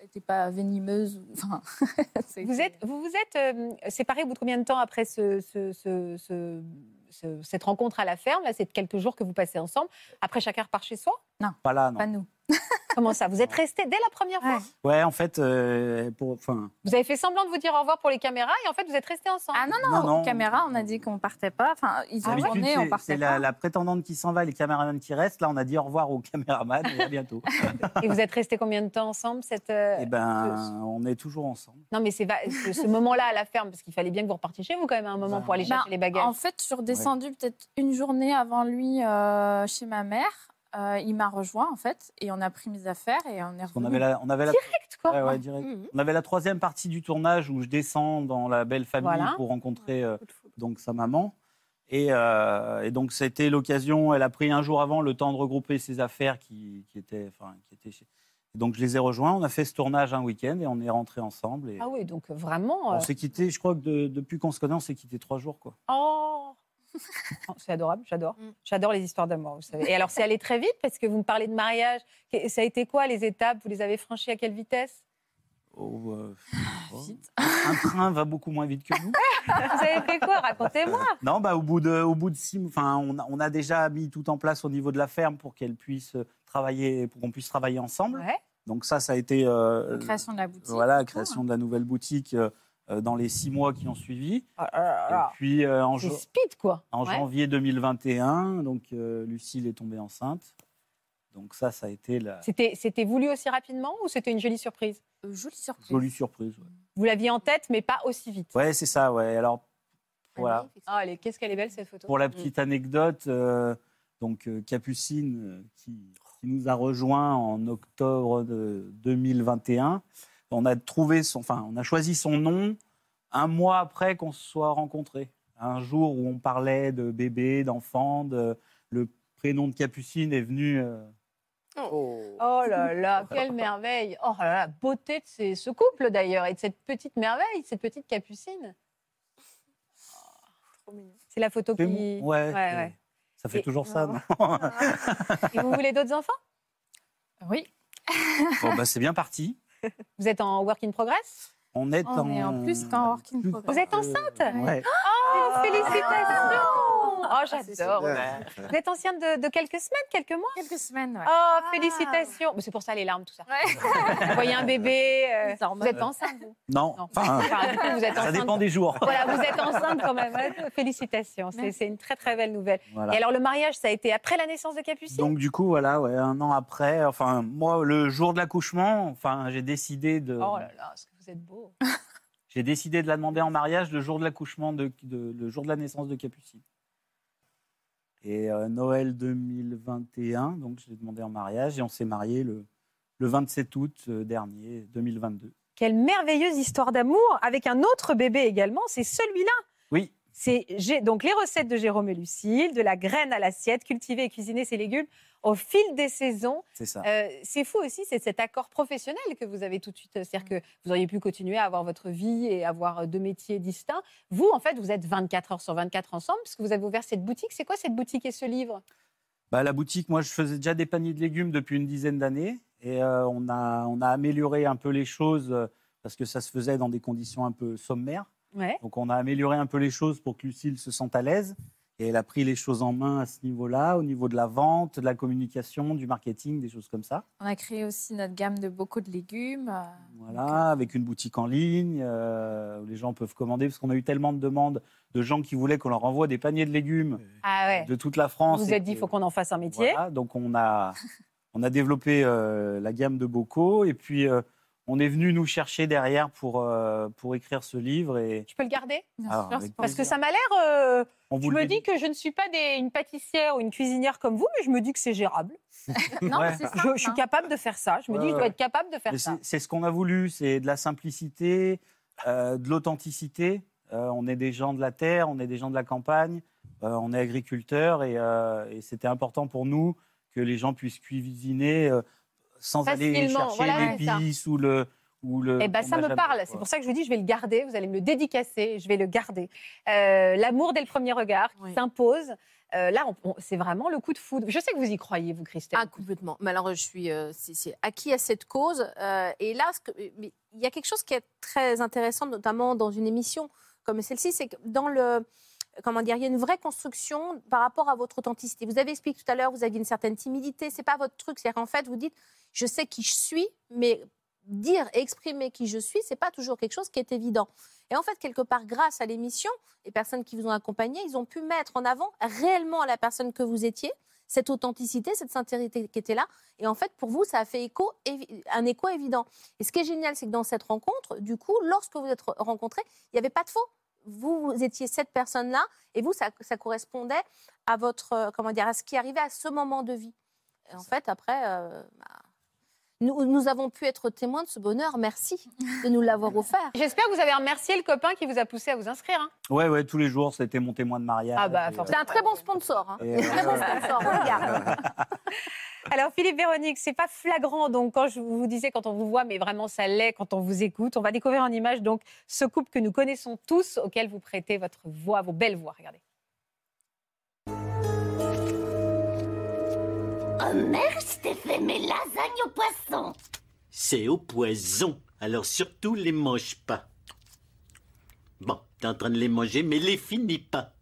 S2: Elle n'était pas venimeuse. ou- Enfin, (laughs) c'était-
S7: Vous êtes, vous, vous êtes euh, séparés au bout de combien de temps après ce, ce- ce- ce- ce- cette rencontre à la ferme Là, c'est quelques jours que vous passez ensemble. Après, chacun repart chez soi
S1: Pas là, Ah, non.
S2: Pas nous.
S7: (laughs) Comment ça Vous êtes restés dès la première fois
S2: Ouais.
S1: Ouais, en fait, euh, pour, enfin,
S7: Vous avez fait semblant de vous dire au revoir pour les caméras et en fait, vous êtes restés ensemble.
S2: Ah non, non,
S1: Non, non.
S2: aux caméras, on a dit qu'on partait pas. Enfin, ils ont
S1: d'habitude,
S2: tourné, Ah on
S1: c'est- c'est
S2: partait
S1: la,
S2: pas.
S1: la prétendante qui s'en va, les caméramans qui restent. Là, on a dit au (laughs) revoir aux caméramans et à bientôt.
S7: Et vous êtes restés combien de temps ensemble cette, euh,
S1: Eh ben,
S7: ce-
S1: on est toujours ensemble.
S7: Non, mais c'est va- ce, ce moment-là à la ferme, parce qu'il fallait bien que vous repartiez chez vous quand même à un moment
S1: Ben,
S7: pour aller
S2: ben,
S7: chercher les bagages.
S2: En fait, je suis redescendue peut-être une journée avant lui euh, chez ma mère. Euh, il m'a rejoint en fait et on a pris mes affaires et on est
S1: On
S2: revenu.
S1: avait la, on avait la,
S7: Mhm. Direct, quoi.
S1: ouais, ouais, direct.
S8: Mhm.
S1: On avait la troisième partie du tournage où je descends dans la belle famille
S7: Voilà.
S1: pour rencontrer euh, donc sa maman. Et, euh, et donc c'était l'occasion. Elle a pris un jour avant le temps de regrouper ses affaires qui, qui étaient, enfin, qui étaient. Chez... Donc je les ai rejoints. On a fait ce tournage un week-end et on est rentrés ensemble. Et
S7: Ah oui, donc vraiment. euh,
S1: On s'est quittés. Je crois que de- depuis qu'on se connaît, on s'est quittés trois jours quoi.
S7: Oh (laughs) Oh, C'est adorable, j'adore.
S2: Mm.
S7: J'adore les histoires d'amour, vous savez. Et alors, c'est allé très vite parce que vous me parlez de mariage. Que- Ça a été quoi les étapes Vous les avez franchies à quelle vitesse
S1: Oh,
S7: (laughs)
S1: euh, oh.
S2: Vite.
S1: Un train va beaucoup moins vite que nous.
S7: Vous avez fait quoi Racontez-moi.
S1: Non, bah, au bout de, au bout de six, enfin, on, a- on a déjà mis tout en place au niveau de la ferme pour qu'elle puisse euh, travailler, pour qu'on puisse travailler ensemble.
S7: Ouais.
S1: Donc ça, ça a été euh,
S2: La création de la boutique.
S1: voilà, la création de la nouvelle boutique euh, euh, dans les six mois qui ont suivi.
S2: Ah,
S1: Et puis euh, en,
S7: C'est
S1: ja-
S7: speed, quoi.
S1: en
S7: Ouais.
S1: janvier 2021, donc euh, Lucille est tombée enceinte. Donc ça, ça a été la
S7: C'était c'était voulu aussi rapidement ou c'était une jolie surprise
S2: Euh, jolie surprise.
S1: jolie surprise. Ouais,
S7: Vous l'aviez en tête, mais pas aussi vite.
S1: Ouais, c'est ça. Ouais. Alors voilà.
S7: Ah, allez, qu'est-ce qu'elle est belle cette photo.
S1: Pour la petite anecdote, euh, donc euh, Capucine euh, qui, qui nous a rejoint en octobre de 2021, on a trouvé son, enfin on a choisi son nom un mois après qu'on se soit rencontrés. Un jour où on parlait de bébé, d'enfant, de- le prénom de Capucine est venu. euh,
S7: Oh (laughs) là là, quelle merveille Oh là là, beauté de ces- ce couple d'ailleurs et de cette petite merveille, cette petite capucine. C'est la photo
S1: c'est
S7: qui.
S1: bon. ouais,
S7: ouais,
S1: c'est-
S7: ouais.
S1: Ça fait
S7: Et-
S1: toujours ça, non
S7: Et vous voulez d'autres enfants
S2: Oui.
S1: Bon, bah, c'est bien parti.
S7: (laughs) Vous êtes en work in progress
S1: On est
S2: On
S1: en.
S2: est en plus qu'en work in progress. Euh,
S7: Vous êtes enceinte
S1: Ouais.
S7: Oh, Félicitations Oh, j'adore
S5: super.
S7: Vous êtes ancienne de, de quelques semaines, quelques mois
S2: Quelques semaines. Ouais. Ah.
S7: Oh, félicitations Mais C'est pour ça les larmes, tout ça. Vous voyez un bébé, euh, vous êtes pas enceinte, vous
S1: Non,
S7: Non.
S1: enfin,
S7: Enfin, du coup,
S3: Ah.
S7: vous êtes
S1: ça
S7: enceinte.
S1: dépend des jours.
S7: Voilà, vous êtes enceinte quand même. Voilà, Félicitations, c'est c'est une très très belle nouvelle.
S1: Voilà.
S7: Et alors le mariage, ça a été après la naissance de Capucine
S1: Donc du coup voilà ouais, un an après enfin moi le jour de l'accouchement enfin j'ai décidé de
S7: Oh là là, ce que vous êtes beau.
S1: j'ai décidé de la demander en mariage le jour de l'accouchement de, de- le jour de la naissance de Capucine et euh, Noël 2021 donc je l'ai demandé en mariage et on s'est marié le le 27 août euh, dernier 2022
S7: Quelle merveilleuse histoire d'amour avec un autre bébé également, c'est celui-là.
S1: oui
S7: C'est j'ai- donc les recettes de Jérôme et Lucille, de la graine à l'assiette, cultiver et cuisiner ses légumes au fil des saisons.
S1: C'est ça.
S7: Euh, c'est fou aussi, c'est cet accord professionnel que vous avez tout de suite. euh, C'est-à-dire que vous auriez pu continuer à avoir votre vie et avoir euh, deux métiers distincts. Vous, en fait, vous êtes 24 heures sur 24 ensemble parce que vous avez ouvert cette boutique. C'est quoi cette boutique et ce livre
S1: Bah, la boutique, moi, je faisais déjà des paniers de légumes depuis une dizaine d'années. Et euh, on, a, on a amélioré un peu les choses euh, parce que ça se faisait dans des conditions un peu sommaires.
S7: Ouais.
S1: Donc, on a amélioré un peu les choses pour que Lucille se sente à l'aise. Et elle a pris les choses en main à ce niveau-là, au niveau de la vente, de la communication, du marketing, des choses comme ça.
S2: On a créé aussi notre gamme de beaucoup de légumes. euh,
S1: Voilà, avec une boutique en ligne, euh, où les gens peuvent commander, parce qu'on a eu tellement de demandes de gens qui voulaient qu'on leur envoie des paniers de légumes
S7: Ah ouais.
S1: de toute la France.
S7: Vous vous
S1: et
S7: êtes dit, il
S1: que-
S7: faut qu'on en fasse un métier.
S1: Voilà, donc on
S7: (laughs)
S1: a, on a développé euh, la gamme de Bocaux, et puis euh, on est venu nous chercher derrière pour, euh, pour écrire ce livre. Et,
S7: Je peux le garder
S2: bien
S1: Ah,
S2: sûr,
S1: avec
S7: Parce que
S1: plaisir.
S7: ça m'a l'air. euh,
S1: on
S7: je
S1: le
S7: me
S1: dé-
S7: dis que je ne suis pas des- une pâtissière ou une cuisinière comme vous, mais je me dis que c'est gérable.
S3: (laughs)
S2: Non,
S1: Ouais.
S2: mais c'est
S7: Je-
S2: simple,
S7: Je, suis
S2: hein.
S7: capable de faire ça. Je me
S1: Ouais,
S7: dis, je dois
S1: ouais.
S7: être capable de faire
S1: Mais
S7: ça.
S1: c'est- C'est ce qu'on a voulu, c'est de la simplicité, euh, de l'authenticité. Euh, on est des gens de la terre, on est des gens de la campagne, euh, on est agriculteurs et, euh, et c'était important pour nous que les gens puissent cuisiner euh, sans aller
S7: Facilement,
S1: chercher
S7: voilà, c'est ça.
S1: l'épice ou le. Ou le
S7: Eh ben, ça me parle. C'est pour ça que je vous dis, je vais le garder. Vous allez me le dédicacer. Je vais le garder. Euh, L'amour dès le premier regard qui
S3: Oui.
S7: s'impose. Euh, là, on- on- c'est vraiment le coup de foudre. Je sais que vous y croyez, vous, Christelle.
S3: Ah, complètement. Mais alors, je suis euh, c'est- c'est acquis à cette cause. euh, et là, ce que- mais il y a quelque chose qui est très intéressant, notamment dans une émission comme celle-ci, c'est que dans le. Comment dire Il y a une vraie construction par rapport à votre authenticité. Vous avez expliqué tout à l'heure, vous aviez une certaine timidité. C'est pas votre truc. C'est-à-dire qu'en fait, vous dites, je sais qui je suis, mais dire et exprimer qui je suis, c'est pas toujours quelque chose qui est évident. Et en fait, quelque part, grâce à l'émission, les personnes qui vous ont accompagné, ils ont pu mettre en avant réellement la personne que vous étiez cette authenticité, cette sincérité qui était là. Et en fait, pour vous, ça a fait écho, évi- un écho évident. Et ce qui est génial, c'est que dans cette rencontre, du coup, lorsque vous êtes re- rencontrés, il n'y avait pas de faux. Vous, vous étiez cette personne-là, et vous, ça, ça correspondait à votre, euh, comment dire, à ce qui arrivait à ce moment de vie. Et en fait, après, euh, bah, nous, nous avons pu être témoins de ce bonheur. Merci de nous l'avoir (laughs) offert.
S7: J'espère que vous avez remercié le copain qui vous a poussé à vous inscrire. hein.
S1: Ouais, ouais, tous les jours, c'était mon témoin de mariage.
S7: Ah bah,
S1: et, euh,
S7: forcément.
S3: C'est un très bon sponsor. hein.
S1: et,
S3: Un très bon
S1: euh,
S3: sponsor, on le garde.
S7: (laughs) Alors Philippe Véronique, c'est pas flagrant donc quand je vous disais quand on vous voit, mais vraiment ça l'est quand on vous écoute. On va découvrir en image donc ce couple que nous connaissons tous, auquel vous prêtez votre voix, vos belles voix.
S3: (laughs)
S7: Regardez.
S8: Oh merde, je t'ai fait mes lasagnes au poisson.
S11: C'est au poison, alors surtout les mange pas. Bon, t'es en train de les manger, mais les finis pas.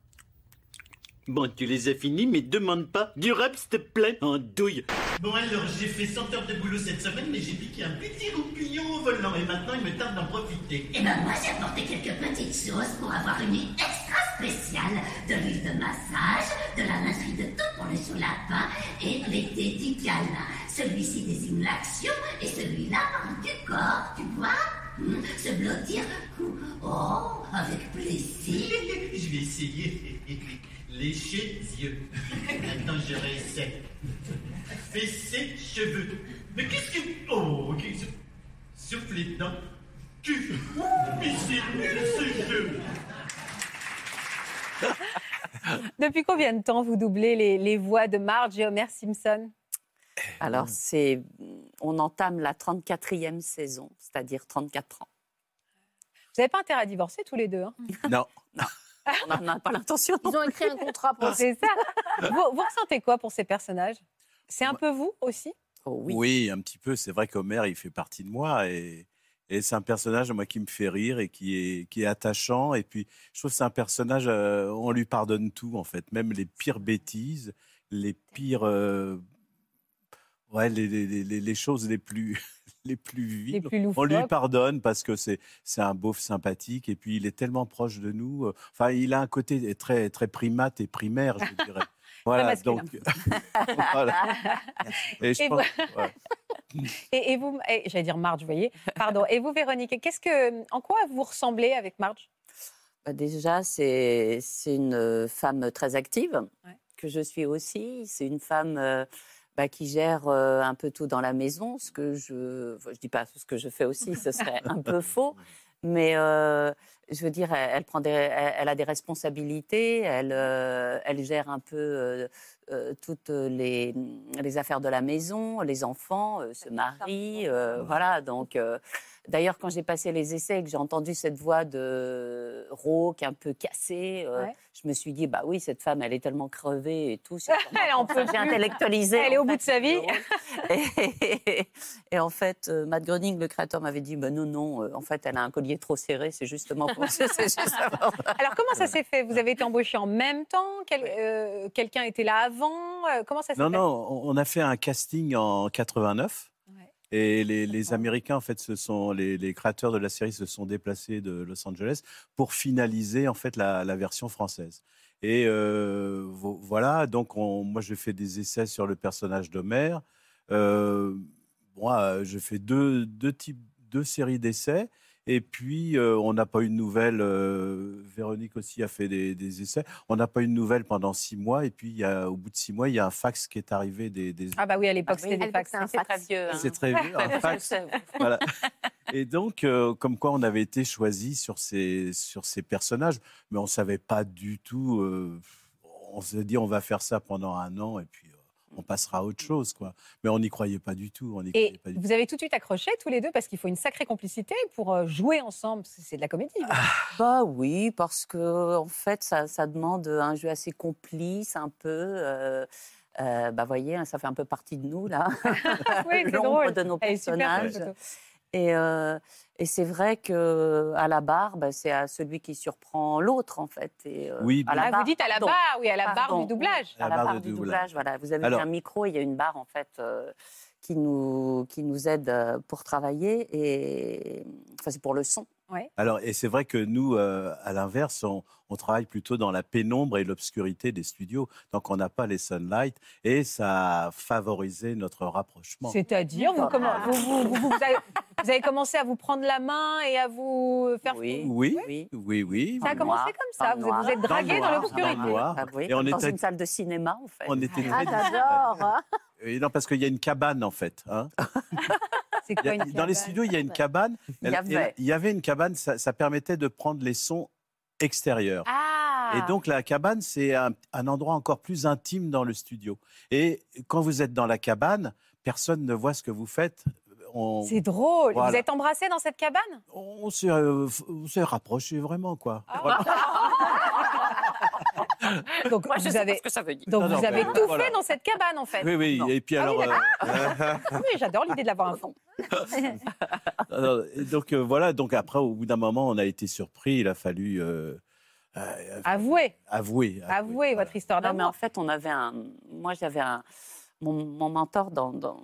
S11: Bon, tu les as finis, mais demande pas. Du rap, s'il te plaît, en douille. Bon, alors, j'ai fait 100 heures de boulot cette semaine, mais j'ai piqué un petit roupillon au volant, et maintenant, il me tarde d'en profiter.
S8: Eh ben moi j'ai apporté quelques petites choses pour avoir une nuit extra spéciale. De l'huile de massage, de la lingerie de tout pour le sous-lapin et l'été du calme. Celui-ci désigne l'action et celui-là parle du corps, tu vois Hmm, Se blottir, cou- oh, avec plaisir.
S11: Je vais essayer. Lécher les yeux. Maintenant, je réessaie. Fesser cheveux. Mais qu'est-ce que. Oh, qu'est-ce que. Souffler dents. Cul. Ouh, Mais c'est nul ce jeu.
S7: Depuis combien de temps vous doublez les, les voix de Marge et Homer Simpson
S8: Alors c'est, on entame la 34e saison, c'est-à-dire 34 ans.
S7: Vous n'avez pas intérêt à divorcer tous les
S3: (laughs)
S7: deux. hein
S9: Non,
S8: On n'en a pas l'intention.
S3: Ils ont écrit un contrat pour
S7: (laughs) C'est ça. Vous, vous ressentez quoi pour ces personnages C'est un peu vous aussi
S8: Oh
S9: oui. un petit peu. C'est vrai qu'Homer, il fait partie de moi et, et c'est un personnage moi qui me fait rire et qui est, qui est attachant. Et puis, je trouve que c'est un personnage, euh, on lui pardonne tout en fait, même les pires bêtises, les pires, euh, ouais, les, les- les- les- les choses les plus, (laughs) les plus
S7: les
S9: viles.
S7: plus
S9: On
S7: loufoques
S9: lui pardonne parce que c'est c'est un beauf sympathique et puis il est tellement proche de nous. euh, Enfin, il a un côté très très primate et primaire,
S7: (laughs)
S9: je dirais. Voilà,
S7: masculin.
S9: donc. (laughs)
S7: (laughs)
S9: voilà. Et je
S7: Et
S9: pense- ouais.
S7: et, et vous, et- j'allais dire Marge, vous voyez. Pardon. Et vous, Véronique, qu'est-ce que, en quoi vous ressemblez avec Marge
S8: Bah, déjà, c'est c'est une femme très active,
S7: Ouais.
S8: que je suis aussi. C'est une femme euh, bah, qui gère euh, un peu tout dans la maison, ce que je... enfin, je dis pas ce que je fais aussi, ce serait un peu faux.
S10: Mais euh, je veux dire, elle, elle prend des- elle, elle a des responsabilités, elle, euh, elle gère un peu euh, euh, toutes les, mmh, les affaires de la maison, les enfants, euh, se marie, euh, voilà. Donc, euh, d'ailleurs, quand j'ai passé les essais et que j'ai entendu cette voix de rauque un peu cassée, euh,
S7: Ouais.
S10: je me suis dit, bah oui, cette femme, elle est tellement crevée et tout. c'est (laughs) sûrement
S7: Elle en
S10: pour ça
S7: peut
S10: que J'ai
S7: plus.
S10: intellectualisé.
S7: Elle est
S10: en euh,
S7: au bout de sa vie. (laughs)
S10: et, et en fait, euh, Matt Groening, le créateur, m'avait dit bah, non, non, euh, en fait, elle a un collier trop serré, c'est justement
S7: (laughs)
S10: pour ça.
S7: Alors, comment ça s'est fait Vous avez été embauché en même temps Quel- euh, Quelqu'un était là avant Euh, Comment ça s'est
S9: Non,
S7: fait
S9: non, on on a fait un casting en 89. Et les, les Américains, en fait, se sont, les, les créateurs de la série se sont déplacés de Los Angeles pour finaliser, en fait, la, la version française. Et euh, vo- voilà, donc on- moi, j'ai fait des essais sur le personnage d'Homer. Euh, moi, euh, je fais deux, deux types, deux séries d'essais. Et puis, euh, on n'a pas eu de nouvelles. euh, Véronique aussi a fait des, des essais. On n'a pas eu de nouvelles pendant six mois. Et puis, il y a- au bout de six mois, il y a un fax qui est arrivé des. des-
S7: Ah, bah oui, à l'époque,
S10: Ah oui,
S7: c'était
S10: à
S7: des
S10: l'époque,
S7: fax.
S10: c'est un fax.
S9: C'est très vieux, un fax. (laughs) Voilà. Et donc, euh, comme quoi, on avait été choisi sur ces, sur ces personnages, mais on ne savait pas du tout. euh, on s'est dit, on va faire ça pendant un an et puis euh, on passera à autre chose, quoi. Mais on n'y croyait pas du tout. On n'y
S7: Et
S9: croyait pas du tout.
S7: vous avez tout de suite accroché tous les deux parce qu'il faut une sacrée complicité pour euh, jouer ensemble. C'est c'est de la comédie.
S9: (laughs)
S10: Bah oui, parce que en fait, ça, ça demande un jeu assez complice, un peu. euh, euh, bah voyez, ça fait un peu partie de nous là,
S7: (laughs)
S10: (laughs)
S7: Oui, c'est
S10: L'ombre
S7: drôle.
S10: de nos
S7: Elle est super, cette
S10: personnages. Et, euh, et c'est vrai que à la barre, bah, c'est à celui qui surprend l'autre en fait. Et, euh,
S9: Oui,
S10: à la
S7: Ah,
S10: barre,
S7: vous dites à la
S10: pardon.
S7: barre, oui, à la barre
S10: Pardon.
S7: du doublage.
S10: à
S1: Ah,
S10: la barre, du Ah, doublage. Voilà, vous avez
S9: Alors-
S10: un micro, il y a une barre en fait euh, qui nous qui nous aide euh, pour travailler et enfin c'est pour le son.
S7: Ouais.
S9: Alors, et c'est vrai que nous, euh, à l'inverse, on, on travaille plutôt dans la pénombre et l'obscurité des studios. Donc, on n'a pas les sunlight et ça a favorisé notre rapprochement.
S7: C'est-à-dire, vous, comment- vous, vous- vous- vous- vous avez, vous avez commencé à vous prendre la main et à vous faire.
S9: Oui, oui, oui.
S7: Ça a
S9: oui.
S7: commencé comme ça. Vous vous êtes dragué dans
S9: noir,
S7: l'obscurité. Ah
S9: dans
S10: Ah,
S9: le noir. Et on
S10: dans
S9: était-
S10: une salle de cinéma en fait.
S9: On était
S3: Ah,
S9: très
S3: j'adore
S9: (laughs)
S3: hein.
S9: Et non, parce qu'il y a une cabane, en fait. hein.
S7: C'est
S9: Il y
S7: quoi
S9: a-
S7: une
S9: dans les
S7: cabane
S9: studios, il y a une cabane.
S10: Il y
S9: Elle-
S10: avait.
S9: elle- il y avait une cabane, ça, ça permettait de prendre les sons extérieurs.
S7: Ah
S9: Et donc, la cabane, c'est un, un endroit encore plus intime dans le studio. Et quand vous êtes dans la cabane, personne ne voit ce que vous faites. On,
S7: C'est drôle. Vous
S9: Voilà.
S7: êtes embrassés dans cette cabane
S9: on s'est euh, f- on s'est rapprochés vraiment, quoi.
S7: Ah,
S9: Voilà.
S7: Donc vous avez,
S10: que ça veut dire.
S7: donc,
S9: Non, non,
S7: vous avez
S9: ben,
S7: tout
S9: voilà.
S7: fait dans cette cabane, en fait.
S9: Oui, oui. Et puis
S7: Ah oui, Ah
S9: alors, euh,
S7: Oui, j'adore l'idée de l'avoir un
S9: (laughs)
S7: fond.
S9: Alors, et donc euh, voilà, donc après, au bout d'un moment, on a été surpris, il a fallu euh, euh,
S7: Avouez,
S9: avouer.
S7: avouez votre histoire
S10: Non, mais en
S7: d'amour.
S10: fait, on avait un. Moi, j'avais un. Mon, mon mentor dans, dans,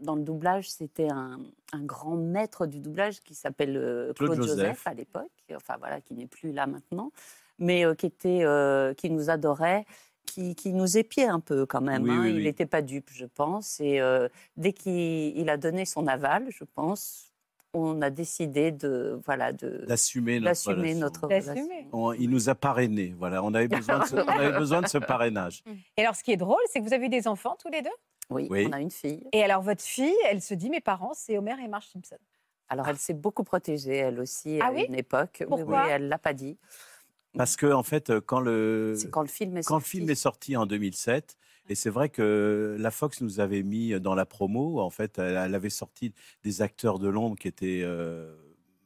S10: dans le doublage, c'était un, un grand maître du doublage qui s'appelle euh,
S9: Claude
S10: Claude, Joseph,
S9: Joseph.
S10: à l'époque, enfin voilà, qui n'est plus là maintenant, mais euh, qui, était, euh, qui nous adorait. Qui, qui nous épiait un peu quand même.
S9: Oui,
S10: hein.
S9: oui,
S10: il
S9: oui.
S10: n'était pas dupe, je pense. Et euh, dès qu'il il a donné son aval, je pense, on a décidé de voilà de
S9: D'assumer notre.
S10: d'assumer
S9: relation.
S10: notre
S7: D'assumer.
S10: relation.
S9: On- il nous a parrainés, voilà. On avait besoin de ce, on avait besoin de ce parrainage.
S7: Mm. Et alors, ce qui est drôle, c'est que vous avez eu des enfants tous les deux.
S10: Oui,
S9: Oui.
S10: on a une fille.
S7: Et alors, votre fille, elle se dit, mes parents, c'est Homer et Marge Simpson.
S10: Alors, elle s'est beaucoup protégée, elle aussi,
S7: Ah
S10: à
S7: oui
S10: une époque. Oui,
S7: Pourquoi
S10: oui, elle ne l'a pas dit.
S9: Parce que, en fait, euh, quand le,
S10: C'est quand le film est
S9: quand le
S10: sorti.
S9: film est sorti en 2007, et c'est vrai que la Fox nous avait mis dans la promo, en fait, elle, elle avait sorti des acteurs de l'ombre qui étaient euh,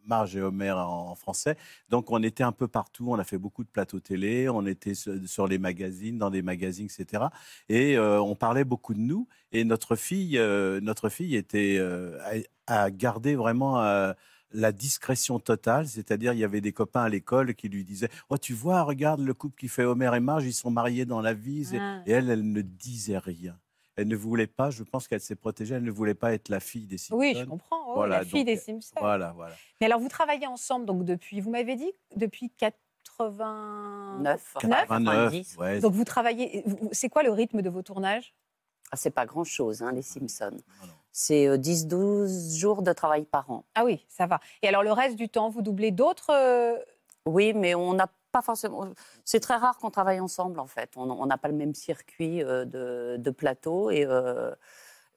S9: Marge et Homer en, en français. Donc on était un peu partout, on a fait beaucoup de plateaux télé, on était sur, sur les magazines, dans des magazines, etc. Et euh, on parlait beaucoup de nous. Et notre fille, euh, notre fille était euh, à, à garder vraiment. euh, la discrétion totale, c'est-à-dire il y avait des copains à l'école qui lui disaient "Oh tu vois, regarde le couple qui fait Homer et Marge, ils sont mariés dans la vie." c'est-
S7: Ah.
S9: Et elle, elle ne disait rien. Elle ne voulait pas. Je pense qu'elle s'est protégée. Elle ne voulait pas être la fille des Simpsons.
S7: Oui, je comprends. ouais,
S9: Voilà,
S7: la fille
S9: donc, euh,
S7: des Simpsons.
S9: Voilà, voilà.
S7: Mais alors, vous travaillez ensemble, donc depuis, vous m'avez dit, depuis 89.
S10: 9,
S9: 89. Ouais,
S7: Donc, vous travaillez. vous- vous- C'est quoi le rythme de vos tournages
S10: Ah, c'est pas grand-chose, hein, les Simpsons. C'est euh, 10-12 jours de travail par an.
S7: Ah oui, ça va. Et alors, le reste du temps, vous doublez d'autres. euh,
S10: Oui, mais on n'a pas forcément. C'est très rare qu'on travaille ensemble, en fait. On on n'a pas le même circuit euh, de, de plateau. Et, euh,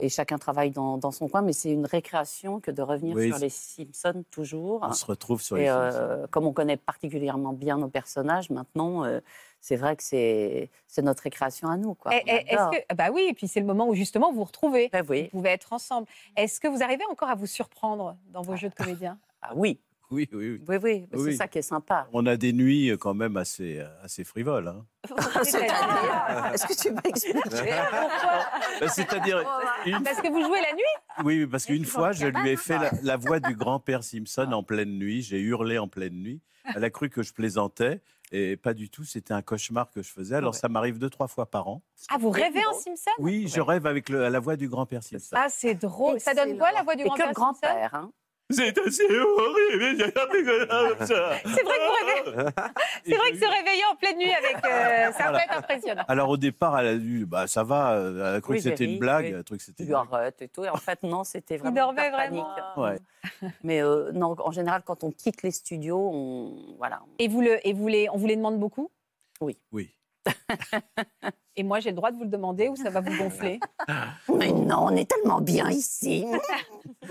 S10: Et chacun travaille dans, dans son coin, mais c'est une récréation que de revenir
S9: Oui,
S10: sur
S9: c'est-
S10: les Simpsons toujours.
S9: On se retrouve sur les
S10: Et, euh, comme on connaît particulièrement bien nos personnages maintenant, euh, c'est vrai que c'est c'est notre récréation à nous. Quoi.
S7: Eh,
S10: On
S7: eh, Est-ce
S10: adore.
S7: que ah bah oui, et puis c'est le moment où justement vous vous retrouvez,
S10: Ben oui.
S7: vous pouvez être ensemble. Est-ce que vous arrivez encore à vous surprendre dans vos jeux
S10: (laughs)
S7: de comédien
S10: Ah oui.
S9: Oui, oui, oui.
S10: Oui, oui, mais
S9: Oui.
S10: c'est ça qui est sympa.
S9: On a des nuits euh, quand même assez, assez
S10: (laughs)
S9: frivoles. hein.
S10: C'est-à-dire
S7: Est-ce
S10: que tu Oh, m'as
S7: (laughs)
S10: expliqué
S9: Bah, C'est-à-dire,
S10: Ah,
S9: une
S7: Parce que vous jouez la nuit
S9: Oui, oui, parce qu'une fois, je lui ai fait la,
S7: hein.
S9: la voix du grand-père
S10: Ah.
S9: Simpson en pleine nuit. J'ai hurlé en pleine nuit. Elle a cru que je plaisantais. Et pas du tout, c'était un cauchemar que je faisais. Alors, ça m'arrive deux, trois fois par an.
S7: Ah, vous rêvez en Simpson
S9: Oui, je rêve avec le- la voix du grand-père Simpson.
S7: Ah, c'est drôle. Ça donne quoi la voix du
S10: Et que
S7: grand-père
S10: le
S7: Simpson
S10: grand-père. hein.
S9: C'est assez horrible, j'ai jamais fait comme
S10: (laughs)
S9: ça.
S7: C'est vrai que vous rêvez. C'est vrai que se réveiller en pleine nuit avec, euh, ça peut
S9: Voilà.
S7: être impressionnant.
S9: Alors, au départ, elle a dit bah, ça va, elle a cru
S10: Oui,
S9: que
S10: j'ai
S9: c'était une
S10: ri,
S9: blague.
S10: oui.
S9: Elle a cru que c'était
S10: Tu
S9: une blague.
S10: arrêtes et tout. Et en fait, non, c'était vraiment.
S7: dormait
S10: hyper panique.
S9: Ouais.
S10: Mais euh, non, en général, quand on quitte les studios, on. Voilà.
S7: Et vous le, et vous les, on vous les demande beaucoup.
S9: Oui.
S7: Et moi, j'ai le droit de vous le demander ou ça va vous gonfler.
S10: (laughs) Mais non, on est tellement bien
S7: (laughs)
S10: ici.
S7: Hein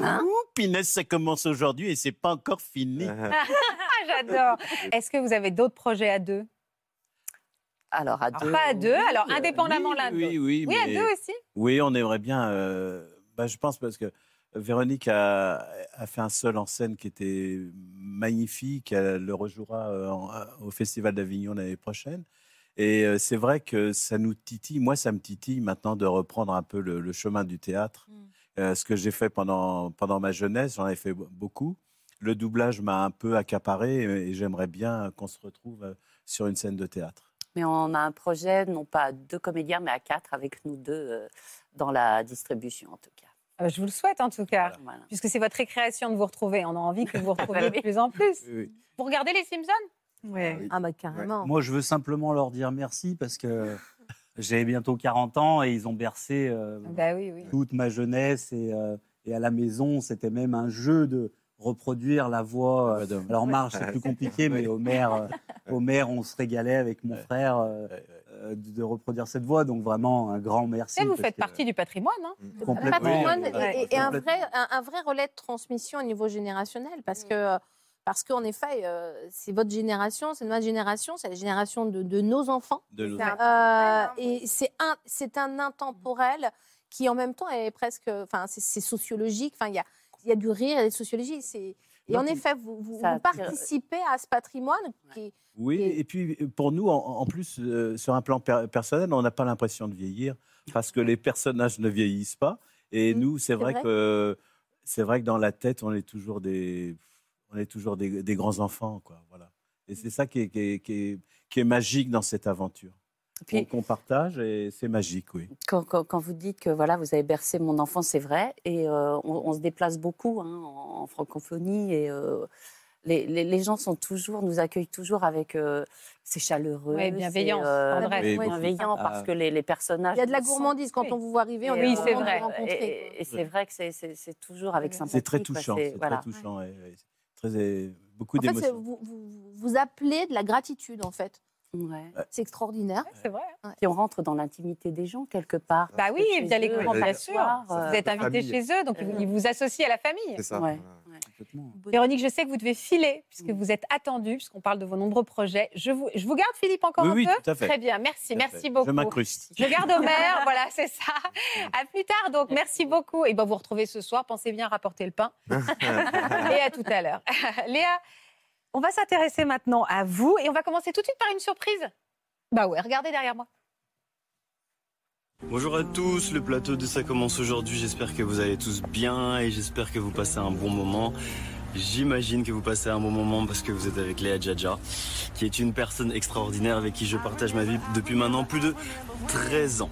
S10: Hein
S9: Ouh, Pinaise, ça commence aujourd'hui et c'est pas encore fini.
S7: (laughs) Ah, J'adore. Est-ce que vous avez d'autres projets à deux
S10: Alors, à deux.
S7: Pas à deux. Alors
S9: Oui, euh,
S7: indépendamment
S9: oui,
S7: l'un de
S9: oui,
S7: l'autre. Oui,
S9: oui, mais-
S7: à deux aussi.
S9: Oui, on aimerait bien. euh, bah, je pense parce que Véronique a, a fait un seul en scène qui était magnifique. Elle le rejouera euh, en- au Festival d'Avignon l'année prochaine. Et euh, c'est vrai que ça nous titille. Moi, ça me titille maintenant de reprendre un peu le, le chemin du théâtre.
S7: Mm.
S9: Euh, ce que j'ai fait pendant, pendant ma jeunesse, j'en ai fait be- beaucoup. Le doublage m'a un peu accaparé et, et j'aimerais bien qu'on se retrouve euh, sur une scène de théâtre.
S10: Mais on a un projet, non pas à deux comédiens, mais à quatre, avec nous deux euh, dans la distribution, en tout cas.
S7: Ah bah, Je vous le souhaite en tout cas,
S10: Voilà.
S7: puisque c'est votre récréation de vous retrouver. On a envie que vous
S10: (laughs)
S7: vous retrouviez de plus en plus. Vous regardez les Simpsons
S3: Ah, bah carrément.
S1: Moi, je veux simplement leur dire merci parce
S7: (laughs)
S1: que j'ai bientôt 40 ans et ils ont bercé euh,
S7: Bah oui, oui.
S1: toute ma jeunesse et, euh, et à la maison, c'était même un jeu de reproduire la voix.
S9: Ah,
S1: euh,
S9: Madame.
S1: Alors Marge, c'est
S9: (laughs)
S5: Ouais.
S1: plus compliqué, mais
S5: Ouais.
S1: Homer, euh, Homer, on se régalait avec mon
S9: Ouais.
S1: frère euh,
S9: Ouais, ouais.
S1: euh, de de reproduire cette voix. Donc vraiment, un grand merci.
S7: Et vous
S1: parce
S7: faites
S1: que- Mm.
S7: partie du patrimoine. hein.
S1: Complètement.
S3: patrimoine
S1: Oui,
S3: et-
S1: oui,
S3: et,
S1: oui.
S3: et un, vrai, un, un vrai relais de transmission au niveau générationnel parce que parce qu'en effet euh, c'est votre génération c'est notre génération c'est la génération de, de nos enfants
S9: De nous-
S3: Euh, et c'est un c'est un intemporel qui en même temps est presque enfin c'est c'est sociologique enfin il y a il y a du rire et de sociologie c'est et
S10: Donc,
S3: en effet, vous, vous-
S10: ça
S3: vous
S10: attire- euh,
S3: participez à ce patrimoine qui est
S9: Oui,
S3: Et-
S9: et puis pour nous, en, en plus, euh, sur un plan per- personnel, on n'a pas l'impression de vieillir parce que les personnages ne vieillissent pas. Et
S10: Mmh,
S3: Mhm,
S9: nous, c'est vrai,
S3: vrai.
S9: que c'est vrai que dans la tête, on est toujours des, on est toujours des, des grands enfants, quoi. Voilà. Et c'est ça qui est, qui est- qui est- qui est magique dans cette aventure.
S10: Puis-
S9: Qu'on qu'on partage et c'est magique, oui.
S10: Quand, quand- quand vous dites que voilà, vous avez bercé mon enfance, c'est vrai. Et euh, on, on se déplace beaucoup hein, en, en francophonie. Et euh, les, les- les gens sont toujours, nous accueillent toujours avec. euh, c'est chaleureux.
S7: Ouais,
S10: c'est,
S7: bienveillance,
S10: euh,
S7: tendresse.
S9: Oui, beaucoup. Ah.
S10: bienveillant parce que les, les personnages.
S3: Il y a de la
S10: sont-
S3: gourmandise quand
S7: Oui.
S3: on vous voit arriver. on
S10: Et,
S3: est
S7: Oui,
S3: content
S7: c'est
S3: de vous
S7: vrai.
S3: rencontrer, quoi.
S10: Et, et c'est vrai que c'est- c'est c'est toujours avec sympathie.
S9: C'est très
S10: quoi,
S9: touchant.
S10: c'est-
S9: C'est
S10: voilà.
S9: très touchant. et- et c'est très, et beaucoup
S3: En fait, c'est-
S9: d'émotions.
S3: vous, vous, vous appelez de la gratitude, en fait.
S10: Ouais.
S3: C'est extraordinaire.
S7: Ouais, C'est vrai.
S10: Puis on rentre dans l'intimité des gens quelque part.
S7: Bah oui,
S10: Chez
S7: via les
S10: eux,
S7: courants,
S10: le
S7: bien sûr.
S10: soir, euh,
S7: Vous êtes
S5: la
S7: invité
S5: famille. Eh
S7: chez eux, donc ils vous associent à la famille.
S5: C'est ça.
S10: Ouais.
S5: voilà.
S1: Complètement.
S7: Véronique, je sais que vous devez filer, puisque
S10: Mm.
S7: vous êtes attendue, puisqu'on parle de vos nombreux projets. Je vous, je vous garde, Philippe, encore
S9: Oui,
S7: un
S9: oui,
S7: peu
S9: tout à fait.
S7: Très bien, merci,
S9: Tout à fait.
S7: merci beaucoup.
S9: Je m'incruste.
S7: Je garde
S9: (laughs)
S7: Homer, voilà, c'est ça. À plus tard, donc, merci beaucoup. Et ben, vous retrouvez ce soir, pensez bien à rapporter le pain.
S9: (laughs)
S7: et à tout à l'heure. (laughs) Léa, on va s'intéresser maintenant à vous, et on va commencer tout de suite par une surprise. Bah ouais, regardez derrière moi.
S12: Bonjour à tous, le plateau de Ça commence aujourd'hui, j'espère que vous allez tous bien et j'espère que vous passez un bon moment. J'imagine que vous passez un bon moment parce que vous êtes avec Léa Djadja, qui est une personne extraordinaire avec qui je partage ma vie depuis maintenant plus de 13 ans.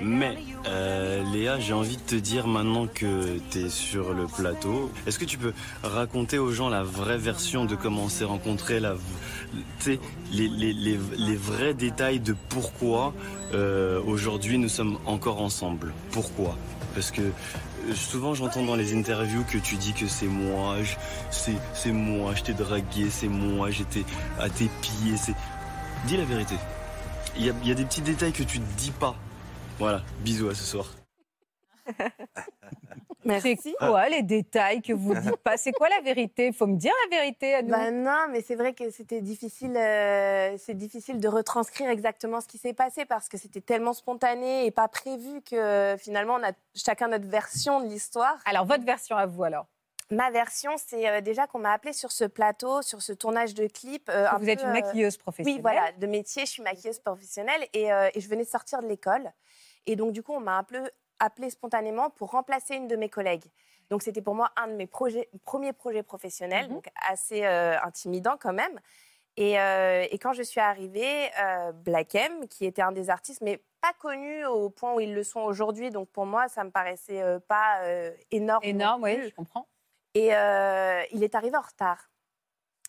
S12: Mais euh, Léa, j'ai envie de te dire maintenant que t'es sur le plateau, est-ce que tu peux raconter aux gens la vraie version de comment on s'est rencontrés, la, tu sais, les, les- les- les vrais détails de pourquoi euh, aujourd'hui, nous sommes encore ensemble. Pourquoi Parce que euh, souvent, j'entends dans les interviews que tu dis que c'est moi, je- c'est c'est moi, je t'ai dragué, c'est moi, j'étais à tes pieds, c'est. Dis la vérité. Il y a, il y a des petits détails que tu dis pas. Voilà, bisous à ce soir.
S7: C'est quoi les détails que vous dites pas C'est quoi la vérité Il faut me dire la vérité à nous.
S4: Bah non, mais c'est vrai que c'était difficile. euh, c'est difficile de retranscrire exactement ce qui s'est passé parce que c'était tellement spontané et pas prévu que euh, finalement on a chacun notre version de l'histoire.
S7: Alors votre version à vous alors.
S4: Ma version, c'est euh, déjà qu'on m'a appelée sur ce plateau, sur ce tournage de clip. euh,
S7: Que
S4: un
S7: vous êtes
S4: peu,
S7: une
S4: euh,
S7: maquilleuse professionnelle.
S4: Oui, voilà, de métier, je suis maquilleuse professionnelle et, euh, et je venais de sortir de l'école. Et donc, du coup, on m'a un peu appelée spontanément pour remplacer une de mes collègues. Donc, c'était pour moi un de mes projets, premiers projets professionnels,
S7: Mhm.
S4: donc assez euh, intimidant quand même. Et, euh, et quand je suis arrivée, euh, Black M, qui était un des artistes, mais pas connu au point où ils le sont aujourd'hui, donc pour moi, ça me paraissait euh, pas euh, énorme.
S7: Énorme, oui, je comprends.
S4: Et euh, il est arrivé en retard.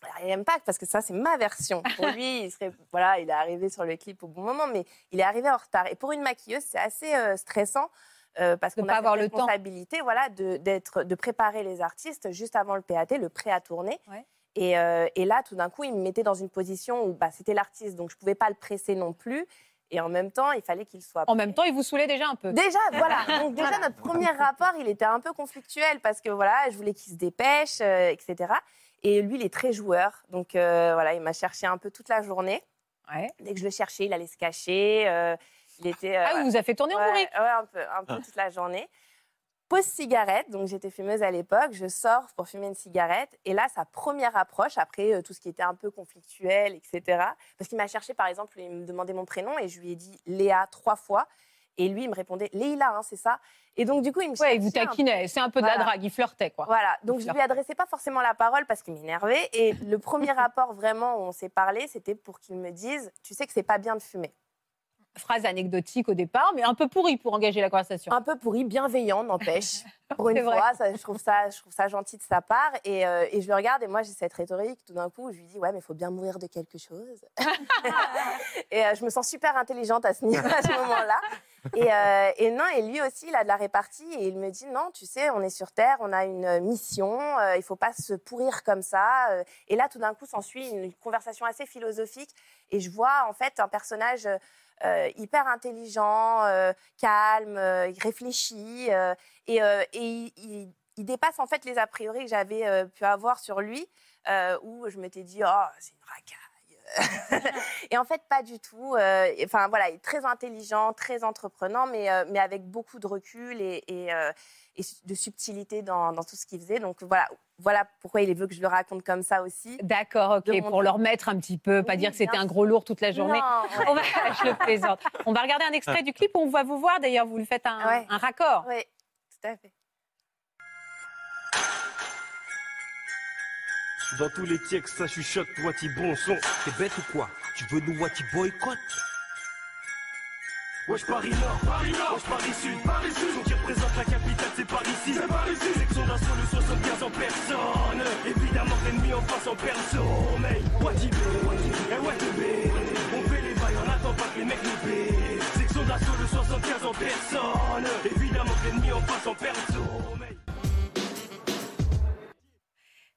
S4: Alors, il n'aime pas parce que ça, c'est ma version. Pour lui, il,
S7: (laughs)
S4: serait, voilà, il est arrivé sur le clip au bon moment, mais il est arrivé en retard. Et pour une maquilleuse, c'est assez euh, stressant euh, parce
S7: De
S4: qu'on
S7: pas
S4: a
S7: avoir
S4: cette
S7: le temps.
S4: responsabilité voilà, de, d'être- de préparer les artistes juste avant le PAT, le prêt à tourner. Et, euh, et là, tout d'un coup, il me mettait dans une position où bah, c'était l'artiste, donc je ne pouvais pas le presser non plus. Et en même temps, il fallait qu'il soit
S7: En même temps, il vous saoulait déjà un peu. (laughs)
S4: Déjà, voilà. Donc déjà,
S7: Voilà.
S4: notre premier rapport, il était un peu conflictuel parce que voilà, je voulais qu'il se dépêche, euh, etc. Et lui, il est très joueur. Donc euh, voilà, il m'a cherché un peu toute la journée. Dès que je le cherchais, il allait se cacher. euh, il était,
S7: Ah, il vous a fait tourner en
S4: ouais,
S7: bourrique.
S4: ouais, un peu, un peu
S7: Ah.
S4: toute la journée. Pause cigarette, donc j'étais fumeuse à l'époque, je sors pour fumer une cigarette, et là, sa première approche, après euh, tout ce qui était un peu conflictuel, etc., parce qu'il m'a cherché, par exemple, il me demandait mon prénom, et je lui ai dit Léa trois fois, et lui, il me répondait Léila, hein, c'est ça Et donc, du coup, il me
S7: Ouais, il vous
S4: cherchait un
S7: taquinait.
S4: peu.
S7: C'est un peu de la
S4: Voilà.
S7: drague. Il flirtait, quoi.
S4: Voilà, donc
S7: Il
S4: je lui
S7: flirtait.
S4: adressais pas forcément la parole parce qu'il m'énervait. Et le
S7: (laughs)
S4: premier rapport vraiment où on s'est parlé, c'était pour qu'il me dise Tu sais que c'est pas bien de fumer.
S7: Phrase anecdotique au départ, mais un peu pourrie pour engager la conversation.
S4: Un peu pourrie, bienveillant, n'empêche. Pour
S7: (laughs) C'est
S4: une
S7: vrai.
S4: fois, ça, je, trouve ça, je trouve ça gentil de sa part. Et, euh, et je le regarde et moi, j'ai cette rhétorique. Tout d'un coup, je lui dis Ouais, mais il faut bien mourir de quelque
S7: (laughs)
S4: chose. (laughs) et euh, je me sens super intelligente à ce,
S3: (laughs)
S4: niveau- à ce moment-là. Et, euh, et non, et lui aussi, il a de la répartie. Et il me dit Non, tu sais, on est sur Terre, on a une mission, euh, il faut pas se pourrir comme ça. Euh, Et là, tout d'un coup, s'ensuit une conversation assez philosophique. Et je vois, en fait, un personnage. euh, hyper intelligent, euh, calme, euh, réfléchi, euh, et, euh, et il, il- il dépasse en fait les a priori que j'avais euh, pu avoir sur lui, euh, où je m'étais dit oh c'est une et en fait, pas du tout. Euh, et- Enfin, voilà, il est très intelligent, très entreprenant, mais, euh, mais avec beaucoup de recul et, et, euh, et su- de subtilité dans, dans tout ce qu'il faisait. Donc voilà, voilà pourquoi il veut que je le raconte comme ça aussi.
S7: D'accord, ok,
S4: De
S7: pour
S4: mon-
S7: le remettre un petit peu, pas
S4: Oui,
S7: dire que c'était
S4: bien
S7: un
S4: sûr.
S7: gros lourd toute la journée.
S4: Non,
S7: On va, (laughs) je le plaisante. On va regarder un extrait du clip, on va vous voir d'ailleurs, vous lui faites un, un raccord.
S4: Oui, tout à fait.
S13: Dans tous les textes, ça chuchote, toi t'y bon son. T'es bête ou quoi Tu veux nous watty boycott Wesh Paris Nord, Paris Nord, wesh Paris Sud, Paris Sud. Ce qui représente la capitale, c'est Paris 6. C'est Paris 6. Section d'assaut de 75 en personne. Évidemment, que l'ennemi en face en perso. Mais Wati B, et Wati B. On fait les bails, on attend pas que les mecs nous baissent. Section d'assaut de 75 en personne. Évidemment, que l'ennemi en face en perso. Mais...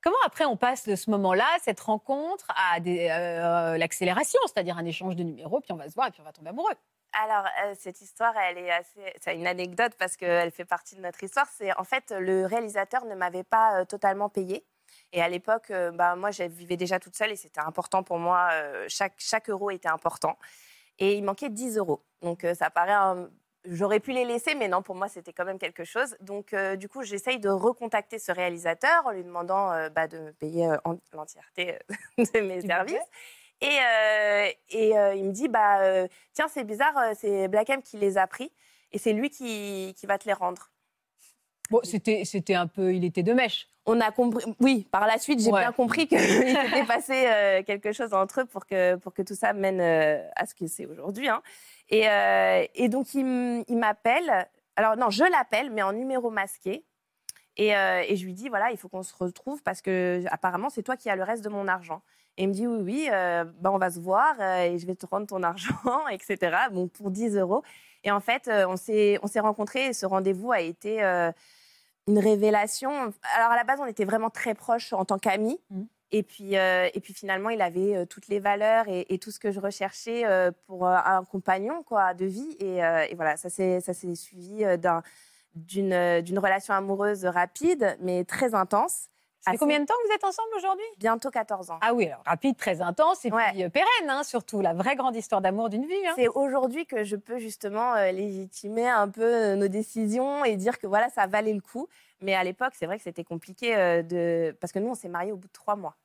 S7: Comment après on passe de ce moment-là, cette rencontre, à des- euh, l'accélération, c'est-à-dire un échange de numéros, puis on va se voir et puis on va tomber amoureux
S4: Alors, euh, cette histoire, elle est assez. C'est une anecdote parce qu'elle fait partie de notre histoire. C'est en fait, le réalisateur ne m'avait pas euh, totalement payé. Et à l'époque, euh, bah, moi, je vivais déjà toute seule et c'était important pour moi. euh, chaque, chaque euro était important. Et il manquait 10 euros. Donc, euh, ça paraît. un- J'aurais pu les laisser, mais non, pour moi, c'était quand même quelque chose. Donc, euh, du coup, j'essaye de recontacter ce réalisateur en lui demandant euh, bah, de me payer euh, en- l'entièreté euh, (laughs) de mes services. Et, euh, et, euh, il me dit bah, euh, Tiens, c'est bizarre, euh, c'est Black M qui les a pris et c'est lui qui, qui va te les rendre.
S7: Bon, c'était c'était un peu, il était de mèche.
S4: On a compris, oui, par la suite, j'ai bien
S7: (laughs)
S4: compris qu'il (laughs) s'était passé euh, quelque chose entre eux pour que, pour que tout ça mène euh, à ce que c'est aujourd'hui. hein. Et, euh, et donc, il m- il m'appelle. Alors, non, je l'appelle, mais en numéro masqué. Et, euh, et je lui dis, voilà, il faut qu'on se retrouve parce que apparemment, c'est toi qui as le reste de mon argent. Et il me dit, oui, oui, euh, ben, on va se voir euh, et je vais te rendre ton (laughs) argent, etc. Bon, pour 10 euros. Et en fait, euh, on s'est on s'est rencontrés et ce rendez-vous a été euh, une révélation. Alors, à la base, on était vraiment très proches en tant qu'amis. Et puis, euh, et puis finalement, il avait euh, toutes les valeurs et, et tout ce que je recherchais euh, pour euh, un compagnon quoi, de vie. Et, euh, et voilà, ça s'est ça s'est suivi euh, d'un d'une euh, d'une relation amoureuse rapide, mais très intense.
S7: Ça
S4: Assez-
S7: fait combien de temps que vous êtes ensemble aujourd'hui
S4: Bientôt 14 ans.
S7: Ah oui, alors rapide, très intense et puis euh, pérenne, hein, surtout la vraie grande histoire d'amour d'une vie. hein.
S4: C'est aujourd'hui que je peux justement euh, légitimer un peu euh, nos décisions et dire que voilà, ça valait le coup. Mais à l'époque, c'est vrai que c'était compliqué euh, de... parce que nous, on s'est mariés au bout de trois mois.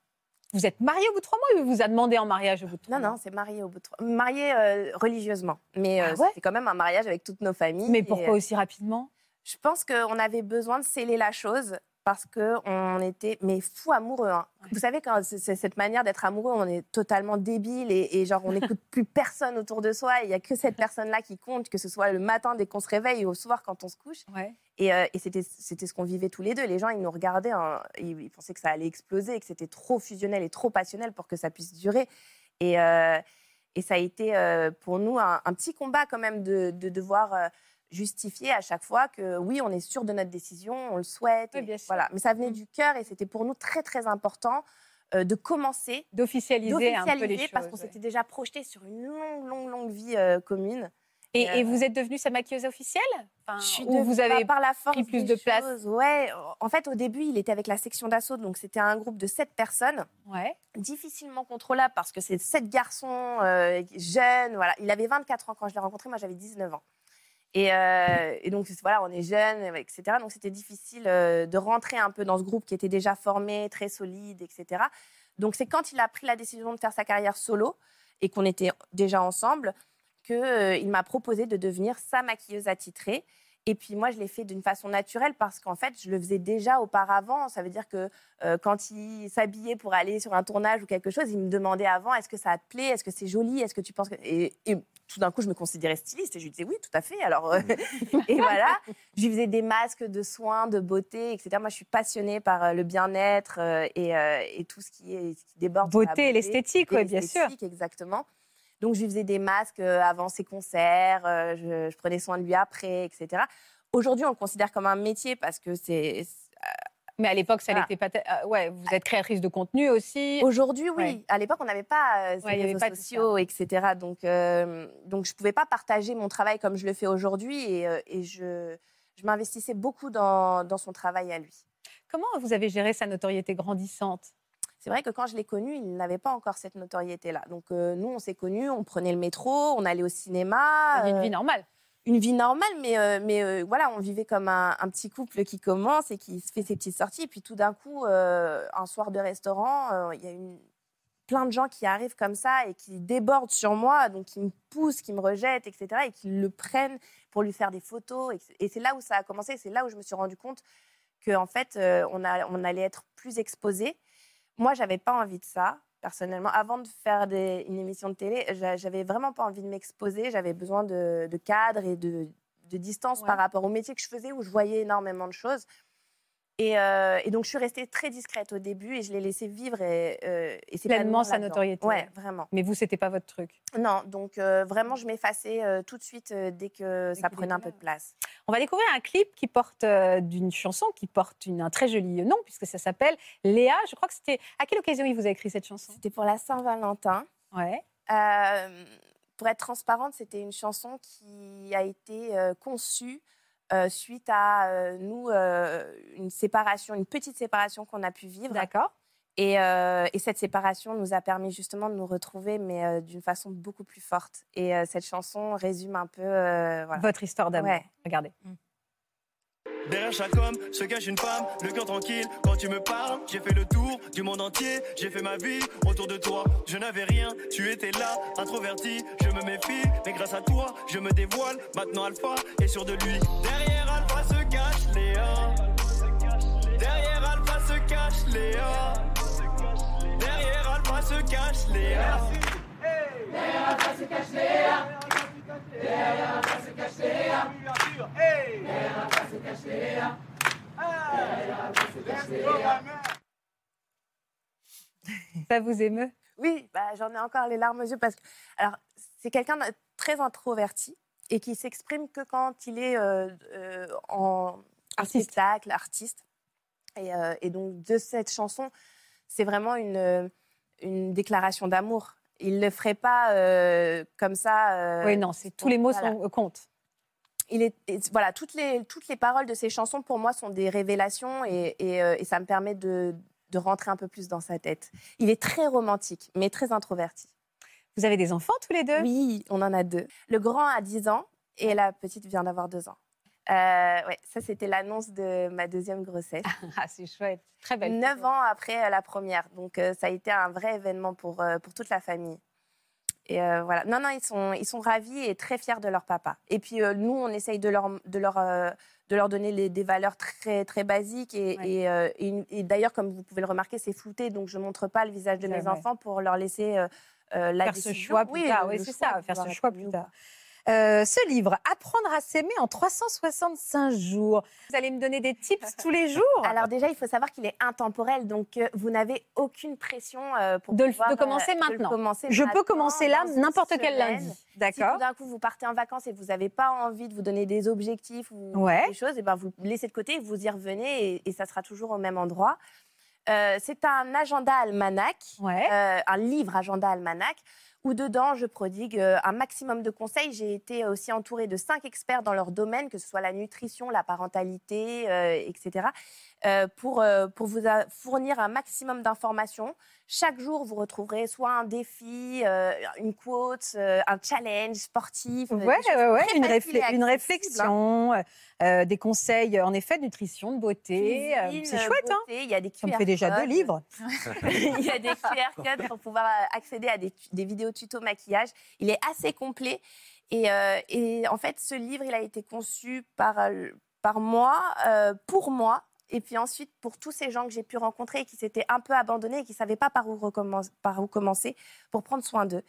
S7: Vous êtes marié au bout de trois mois ou vous a demandé en mariage au bout de trois
S4: Non, non, c'est marié au bout de trois Marié euh, religieusement. Mais euh,
S7: Ah ouais
S4: c'était quand même un mariage avec toutes nos familles. euh,
S7: Mais pourquoi aussi rapidement
S4: Je pense qu'on avait besoin de sceller la chose parce qu'on était mais fou amoureux. hein. Vous savez, quand c'est c'est cette manière d'être amoureux, on est totalement débile et, et genre on n'écoute plus personne autour de soi. Il n'y a que cette personne-là qui compte, que ce soit le matin dès qu'on se réveille ou au soir quand on se couche. Et, euh, et c'était c'était ce qu'on vivait tous les deux. Les gens, ils nous regardaient, hein, ils, ils pensaient que ça allait exploser, et que c'était trop fusionnel et trop passionnel pour que ça puisse durer. Et, euh, et ça a été euh, pour nous un, un petit combat quand même de, de devoir euh, justifier à chaque fois que oui, on est sûr de notre décision, on le souhaite. et voilà. Mais ça venait
S7: Mm.
S4: du cœur et c'était pour nous très très important euh, de commencer,
S7: d'officialiser un peu les
S4: d'officialiser parce
S7: choses,
S4: qu'on
S7: ouais.
S4: s'était déjà projeté sur une longue longue longue vie euh, commune.
S7: Et,
S4: Euh,
S7: et vous êtes devenue sa maquilleuse officielle Enfin,
S4: je suis
S7: ou vous
S4: devenue- bah,
S7: avez
S4: par la force
S7: pris plus
S4: des
S7: de place
S4: choses, Ouais. En fait, au début, il était avec la section d'assaut, donc c'était un groupe de sept personnes.
S7: Ouais.
S4: Difficilement contrôlable parce que c'est sept garçons euh, jeunes. Voilà. Il avait 24 ans quand je l'ai rencontré, moi j'avais 19 ans. Et, euh, et donc voilà, on est jeunes, etc. Donc c'était difficile euh, de rentrer un peu dans ce groupe qui était déjà formé, très solide, etc. Donc c'est quand il a pris la décision de faire sa carrière solo et qu'on était déjà ensemble que euh, il m'a proposé de devenir sa maquilleuse attitrée. Et puis moi, je l'ai fait d'une façon naturelle parce qu'en fait, je le faisais déjà auparavant. Ça veut dire que euh, quand il s'habillait pour aller sur un tournage ou quelque chose, il me demandait avant est-ce que ça te plaît, est-ce que c'est joli, est-ce que tu penses que et, et tout d'un coup, je me considérais styliste et je lui disais oui, tout à fait. Alors euh, (laughs) et
S7: (laughs)
S4: voilà, je lui faisais des masques de soins, de beauté, etc. Moi, je suis passionnée par euh, le bien-être euh, et, euh, et tout ce qui, est, ce qui déborde. de la
S7: Beauté et l'esthétique,
S4: et
S7: ouais, bien sûr.
S4: l'esthétique, exactement. Donc, je lui faisais des masques euh, avant ses concerts, euh, je, je prenais soin de lui après, etc. Aujourd'hui, on le considère comme un métier parce que c'est. euh,
S7: Mais à l'époque,
S4: Ah.
S7: ça n'était pas. te- euh, ouais, vous êtes créatrice de contenu aussi.
S4: Aujourd'hui, oui.
S7: Ouais.
S4: À l'époque, on n'avait pas euh, ces
S7: Ouais, il y avait
S4: réseaux
S7: pas tout
S4: sociaux, etc. Donc, euh, donc je ne pouvais pas partager mon travail comme je le fais aujourd'hui et, euh, et je, je m'investissais beaucoup dans, dans son travail à lui.
S7: Comment vous avez géré sa notoriété grandissante
S4: C'est vrai que quand je l'ai connu, il n'avait pas encore cette notoriété-là. Donc euh, nous, on s'est connus, on prenait le métro, on allait au cinéma. euh,
S7: Une vie normale.
S4: Une vie normale, mais, euh, mais euh, voilà, on vivait comme un, un petit couple qui commence et qui se fait ses petites sorties. Et puis tout d'un coup, euh, un soir de restaurant, euh, il y a une, plein de gens qui arrivent comme ça et qui débordent sur moi, donc qui me poussent, qui me rejettent, etc. Et qui le prennent pour lui faire des photos. Et- Et c'est là où ça a commencé, c'est là où je me suis rendu compte qu'en fait, euh, on, a- on allait être plus exposés. Moi, j'avais pas envie de ça, personnellement. Avant de faire des- une émission de télé, j'a- j'avais vraiment pas envie de m'exposer. J'avais besoin de, de cadre et de, de distance par rapport au métier que je faisais, où je voyais énormément de choses. Et, euh, et donc, je suis restée très discrète au début et je l'ai laissé vivre. Et, euh, et c'est
S7: Pleinement sa notoriété.
S4: Ouais, vraiment.
S7: Mais vous, c'était pas votre truc.
S4: Non, donc euh, vraiment, je m'effaçais euh, tout de suite euh, dès que ça prenait un peu de place.
S7: On va découvrir un clip qui porte euh, d'une chanson qui porte une- un très joli euh, nom puisque ça s'appelle Léa. Je crois que c'était à quelle occasion il vous a écrit cette chanson
S4: C'était pour la Saint-Valentin.
S7: Ouais.
S4: Euh, pour être transparente, c'était une chanson qui a été euh, conçue euh, suite à euh, nous euh, une séparation, une petite séparation qu'on a pu vivre.
S7: D'accord.
S4: Et, euh, et cette séparation nous a permis justement de nous retrouver, mais euh, d'une façon beaucoup plus forte. Et euh, cette chanson résume un peu euh, voilà.
S7: Votre histoire d'amour.
S4: Ouais.
S7: Regardez.
S13: Derrière chaque homme se cache une femme, le cœur tranquille quand tu me parles. J'ai fait le tour du monde entier, j'ai fait ma vie autour de toi. Je n'avais rien, tu étais là, introverti, je me méfie, mais grâce à toi, je me dévoile. Maintenant Alpha est sûr de lui. Derrière Alpha se cache Léa. Derrière Alpha se cache Léa. Derrière Alpha se cache Léa. Derrière Alpha se cache Léa. Derrière Alpha se cache Léa. Derrière Alpha se cache Léa. Derrière Alpha se cache Léa.
S7: Ça vous émeut
S4: Oui, bah, j'en ai encore les larmes aux yeux parce que alors c'est quelqu'un de très introverti et qui s'exprime que quand il est euh, euh, en en spectacle, artiste. Et, euh, et donc de cette chanson, c'est vraiment une euh, une déclaration d'amour. Il le ferait pas euh, comme ça. euh,
S7: Oui, non, c'est tous les mots
S4: voilà.
S7: sont, comptent.
S4: il est, et- voilà, toutes les, toutes les paroles de ses chansons, pour moi, sont des révélations et, et, euh, et ça me permet de, de rentrer un peu plus dans sa tête. Il est très romantique, mais très introverti.
S7: Vous avez des enfants tous les deux
S4: Oui, on en a deux. Le grand a 10 ans et la petite vient d'avoir 2 ans. Euh, ouais, ça, c'était l'annonce de ma deuxième grossesse.
S7: Ah, c'est chouette. Très belle.
S4: Neuf ans après euh, la première. Donc, euh, ça a été un vrai événement pour, euh, pour toute la famille. Et euh, voilà. Non, non, ils sont, ils sont ravis et très fiers de leur papa. Et puis, euh, nous, on essaye de leur, de leur, euh, de leur donner les- des valeurs très, très basiques. Et, et, euh, et une- et d'ailleurs, comme vous pouvez le remarquer, c'est flouté. Donc, je ne montre pas le visage de
S7: C'est
S4: mes
S7: vrai.
S4: enfants pour leur laisser euh, euh, la
S7: faire ce
S4: décision.
S7: choix plus
S4: Oui,
S7: tard.
S4: le
S7: Oui, c'est
S4: choix
S7: ça,
S4: de
S7: faire ce
S4: vouloir
S7: choix plus tard. Euh, ce livre, Apprendre à s'aimer en 365 jours. Vous allez me donner
S4: (laughs)
S7: des tips tous les jours
S4: Alors déjà, il faut savoir qu'il est intemporel, donc euh, vous n'avez aucune pression euh, pour
S7: De le-
S4: pouvoir,
S7: de
S4: euh,
S7: commencer
S4: de le
S7: maintenant.
S4: commencer
S7: Je peux
S4: maintenant,
S7: commencer là,
S4: dans une
S7: n'importe quel
S4: semaine.
S7: lundi.
S4: Si
S7: D'accord.
S4: tout d'un coup vous partez en vacances et vous n'avez pas envie de vous donner des objectifs ou
S7: Ouais.
S4: des choses, et ben vous le laissez de côté, vous y revenez et, et ça sera toujours au même endroit. Euh, c'est un agenda almanach, euh, un livre agenda almanach, où dedans je prodigue euh, un maximum de conseils. J'ai été aussi entourée de cinq experts dans leur domaine, que ce soit la nutrition, la parentalité, euh, etc., euh, pour, euh, pour vous a- fournir un maximum d'informations. Chaque jour, vous retrouverez soit un défi, euh, une quote, euh, un challenge sportif. euh, des
S7: Ouais,
S4: choses
S7: ouais, ouais,
S4: très
S7: une,
S4: faciles et
S7: réflé-
S4: accessibles,
S7: une
S4: hein.
S7: réflexion, euh, des conseils, en effet, de nutrition, de beauté. euh,
S4: Cuisine,
S7: c'est chouette, hein
S4: beauté, Il y a des
S7: Ça me
S4: QR
S7: fait déjà deux
S4: codes.
S7: livres.
S4: (laughs) il y a des QR codes pour pouvoir euh, accéder à des, tu- des vidéos tuto maquillage. Il est assez complet. Et, euh, et en fait, ce livre, il a été conçu par, euh, par moi, euh, pour moi. Et puis ensuite, pour tous ces gens que j'ai pu rencontrer et qui s'étaient un peu abandonnés et qui ne savaient pas par où, recommen- par où commencer pour prendre soin d'eux.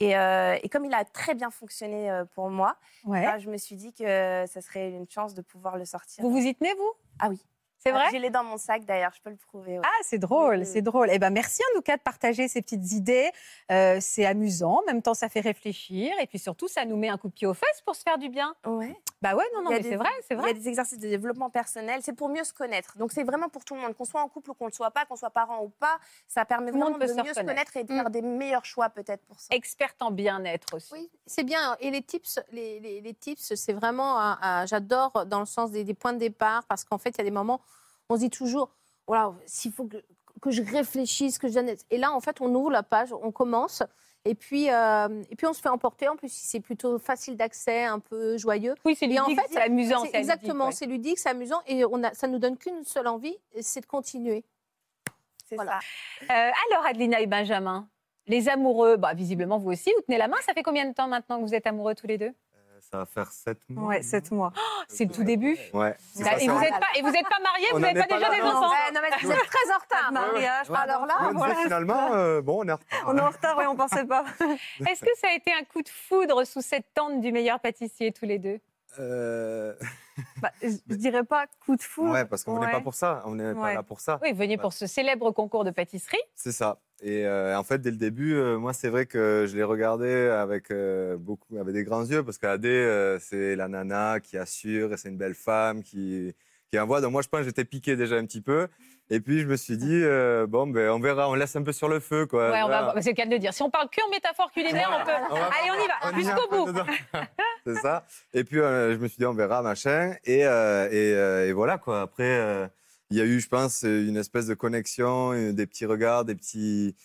S4: Et, euh, et comme il a très bien fonctionné euh, pour moi,
S7: Ouais.
S4: bah, je me suis dit que ça serait une chance de pouvoir le sortir.
S7: Vous vous y tenez, vous
S4: Ah oui.
S7: C'est vrai
S4: Je l'ai dans mon sac d'ailleurs, je peux le prouver. ouais.
S7: Ah, c'est drôle, c'est drôle. Eh ben, merci en tout cas de partager ces petites idées. Euh, c'est amusant, en même temps, ça fait réfléchir. Et puis surtout, ça nous met un coup de pied aux fesses pour se faire du bien.
S4: Ouais.
S7: Bah ouais, non, non,
S4: Il y a
S7: mais
S4: des-
S7: c'est vrai, c'est vrai.
S4: Il y a des exercices de développement personnel, c'est pour mieux se connaître. Donc c'est vraiment pour tout le monde, qu'on soit en couple ou qu'on ne le soit pas, qu'on soit parent ou pas, ça permet
S7: Tout le monde
S4: vraiment de
S7: peut se
S4: mieux se
S7: reconnaître. Mm.
S4: connaître et de faire des meilleurs choix peut-être pour ça.
S7: Experte en bien-être aussi.
S3: Oui, c'est bien. Et les tips, les, les- les tips c'est vraiment, un- un- j'adore dans le sens des, des points de départ, parce qu'en fait, il y a des moments, on se dit toujours, voilà, s'il faut que, que je réfléchisse, que je donne. Et là, en fait, on ouvre la page, on commence, et puis, euh, et puis on se fait emporter. En plus, c'est plutôt facile d'accès, un peu joyeux.
S7: Oui, c'est
S3: Et en
S7: ludique,
S3: fait,
S7: c'est amusant,
S3: c'est
S7: c'est ludique,
S3: Exactement,
S7: ouais.
S3: c'est ludique, c'est amusant, et on a, ça nous donne qu'une seule envie, c'est de continuer.
S4: C'est
S7: Euh, alors, Adelina et Benjamin, les amoureux, bah, visiblement vous aussi, vous tenez la main. Ça fait combien de temps maintenant que vous êtes amoureux tous les deux
S5: Ça va faire 7 mois.
S7: Ouais,
S6: 7 mois.
S7: c'est le tout début.
S5: Ouais. c'est ça,
S7: Bah, et,
S5: ça,
S7: vous
S5: on-
S7: n'êtes pas, et vous n'êtes pas mariés,
S5: On
S7: vous
S5: en
S7: n'avez
S5: est
S7: pas
S5: pas
S7: déjà
S5: là,
S7: des
S5: non.
S7: enfants Ah,
S5: Ouais, non, mais vous êtes
S7: très en retard
S6: de mariage, hein, alors là,
S5: Ouais, mais
S6: voilà.
S5: Finalement, euh, bon, on est en retard.
S6: On est en retard, oui, on pensait
S5: (laughs)
S6: pas.
S7: (laughs) Est-ce que ça a été un coup de foudre sous cette tente du meilleur pâtissier tous les deux
S5: Euh,
S6: Bah, je, je dirais pas coup de foudre.
S5: Ouais, parce qu'on n'est
S6: Ouais.
S5: pas pour ça. On n'est pas
S6: Ouais.
S5: là pour ça.
S7: Oui, venez
S5: Ouais.
S7: pour ce célèbre concours de pâtisserie.
S5: C'est ça. Et euh, en fait, dès le début, euh, moi, c'est vrai que je l'ai regardé avec euh, beaucoup, avec des grands yeux, parce qu'Adé, euh, c'est la nana qui assure, et c'est une belle femme qui, qui envoie. Donc moi, je pense que j'étais piqué déjà un petit peu. Et puis, je me suis dit, euh, bon, ben, on verra, on laisse un peu sur le feu, quoi.
S7: Ouais, on
S5: Euh, Voilà.
S7: va- bah, c'est le cas de le dire. Si on parle que en métaphore culinaire, on peut.
S5: On va-
S7: Allez, on y va,
S5: on y va
S7: jusqu'au
S5: un peu
S7: bout.
S5: dedans.
S7: (laughs)
S5: c'est ça. Et puis, euh, je me suis dit, on verra, machin. Et, euh, et, euh, et voilà, quoi. Après, euh, il y a eu, je pense, une espèce de connexion, euh, des petits regards, des petits,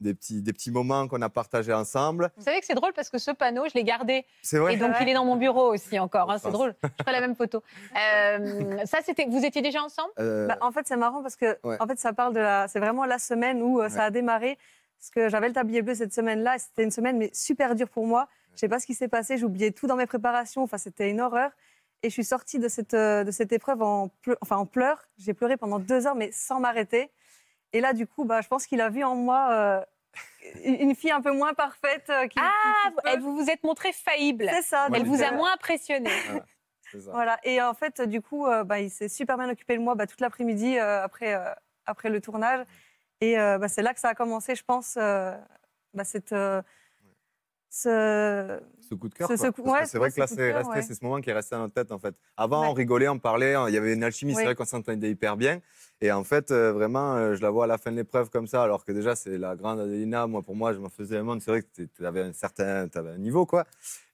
S5: des petits, des petits moments qu'on a partagés ensemble.
S7: Vous savez que c'est drôle parce que ce panneau, je l'ai gardé.
S5: C'est vrai Oh,
S7: Et donc,
S5: Ouais.
S7: il est dans mon bureau aussi encore. hein, c'est
S5: pense.
S7: drôle. Je ferai la même photo. Euh, ça, c'était. Vous étiez déjà ensemble
S5: Euh,
S6: Bah, en fait, c'est marrant parce que
S5: Ouais.
S6: en fait, ça parle de la. C'est vraiment la semaine où euh, ça a démarré. Parce que j'avais le tablier bleu cette semaine-là. et C'était une semaine, mais super dure pour moi. Je sais pas ce qui s'est passé. J'oubliais tout dans mes préparations. Enfin, c'était une horreur. Et je suis sortie de cette, euh, de cette épreuve en, pleu- enfin, en pleurs. J'ai pleuré pendant deux heures, mais sans m'arrêter. Et là, du coup, bah, je pense qu'il a vu en moi euh, une une fille un peu moins parfaite. euh, qui,
S7: Ah, elle- vous vous êtes montrée faillible.
S6: (laughs) C'est ça,
S7: Elle
S6: donc,
S7: vous a
S6: euh,
S7: moins impressionné.
S6: Voilà. Et en fait, du coup, euh, bah, il s'est super bien occupé de moi bah, toute l'après-midi euh, après, euh, après le tournage. Et euh, bah, c'est là que ça a commencé, je pense, euh, bah, cette, euh, ce.
S5: Ce coup de cœur.
S6: Ce-
S5: quoi.
S6: ce coup-
S5: Parce que
S6: ouais,
S5: c'est vrai
S6: ce
S5: que là,
S6: coup de
S5: c'est
S6: cœur,
S5: resté,
S6: ouais.
S5: c'est ce moment qui est resté dans notre tête, en fait. Avant,
S6: Ouais.
S5: on rigolait, on parlait, on- il y avait une alchimie,
S6: Oui.
S5: c'est vrai qu'on s'entendait hyper bien. Et en fait, euh, vraiment, euh, je la vois à la fin de l'épreuve comme ça, alors que déjà, c'est la grande Adelina. Moi, pour moi, je m'en faisais un monde. C'est vrai que tu avais un certain avais un niveau, quoi.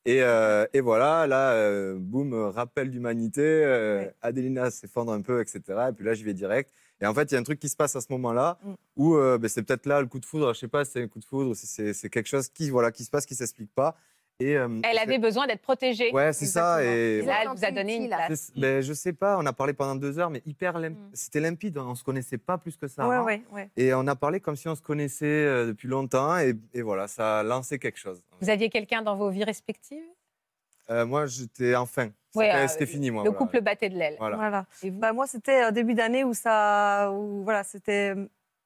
S5: Et, euh, et voilà, là, euh, boum, euh, rappel d'humanité. euh, Adelina s'effondre un peu, etc. Et puis là, j'y vais direct. Et en fait, il y a un truc qui se passe à ce moment-là
S6: Mm.
S5: où euh, ben, c'est peut-être là le coup de foudre. Je sais pas si c'est un coup de foudre ou si c'est c'est quelque chose qui, voilà, qui se passe, qui s'explique pas. Et, euh,
S7: Elle avait besoin d'être protégée.
S5: Ouais, c'est ça, et-
S7: Là, elle vous a donné une place.
S5: c'est- ben, je sais pas, on a parlé pendant deux heures, mais hyper lim- c'était limpide. hein, On se connaissait pas plus que ça.
S6: Ouais,
S5: hein.
S6: ouais, ouais.
S5: Et on a parlé comme si on se connaissait euh, depuis longtemps. Et, et voilà, ça a lancé quelque chose.
S7: Vous aviez quelqu'un dans vos vies respectives
S5: Euh, moi, j'étais enfin.
S7: Ouais,
S5: C'était
S7: euh,
S5: c'était fini, moi.
S7: Le
S5: voilà.
S7: couple battait de l'aile.
S5: Voilà.
S6: Voilà.
S7: Et vous
S6: Bah, moi, c'était euh, début d'année où ça, où, voilà, c'était,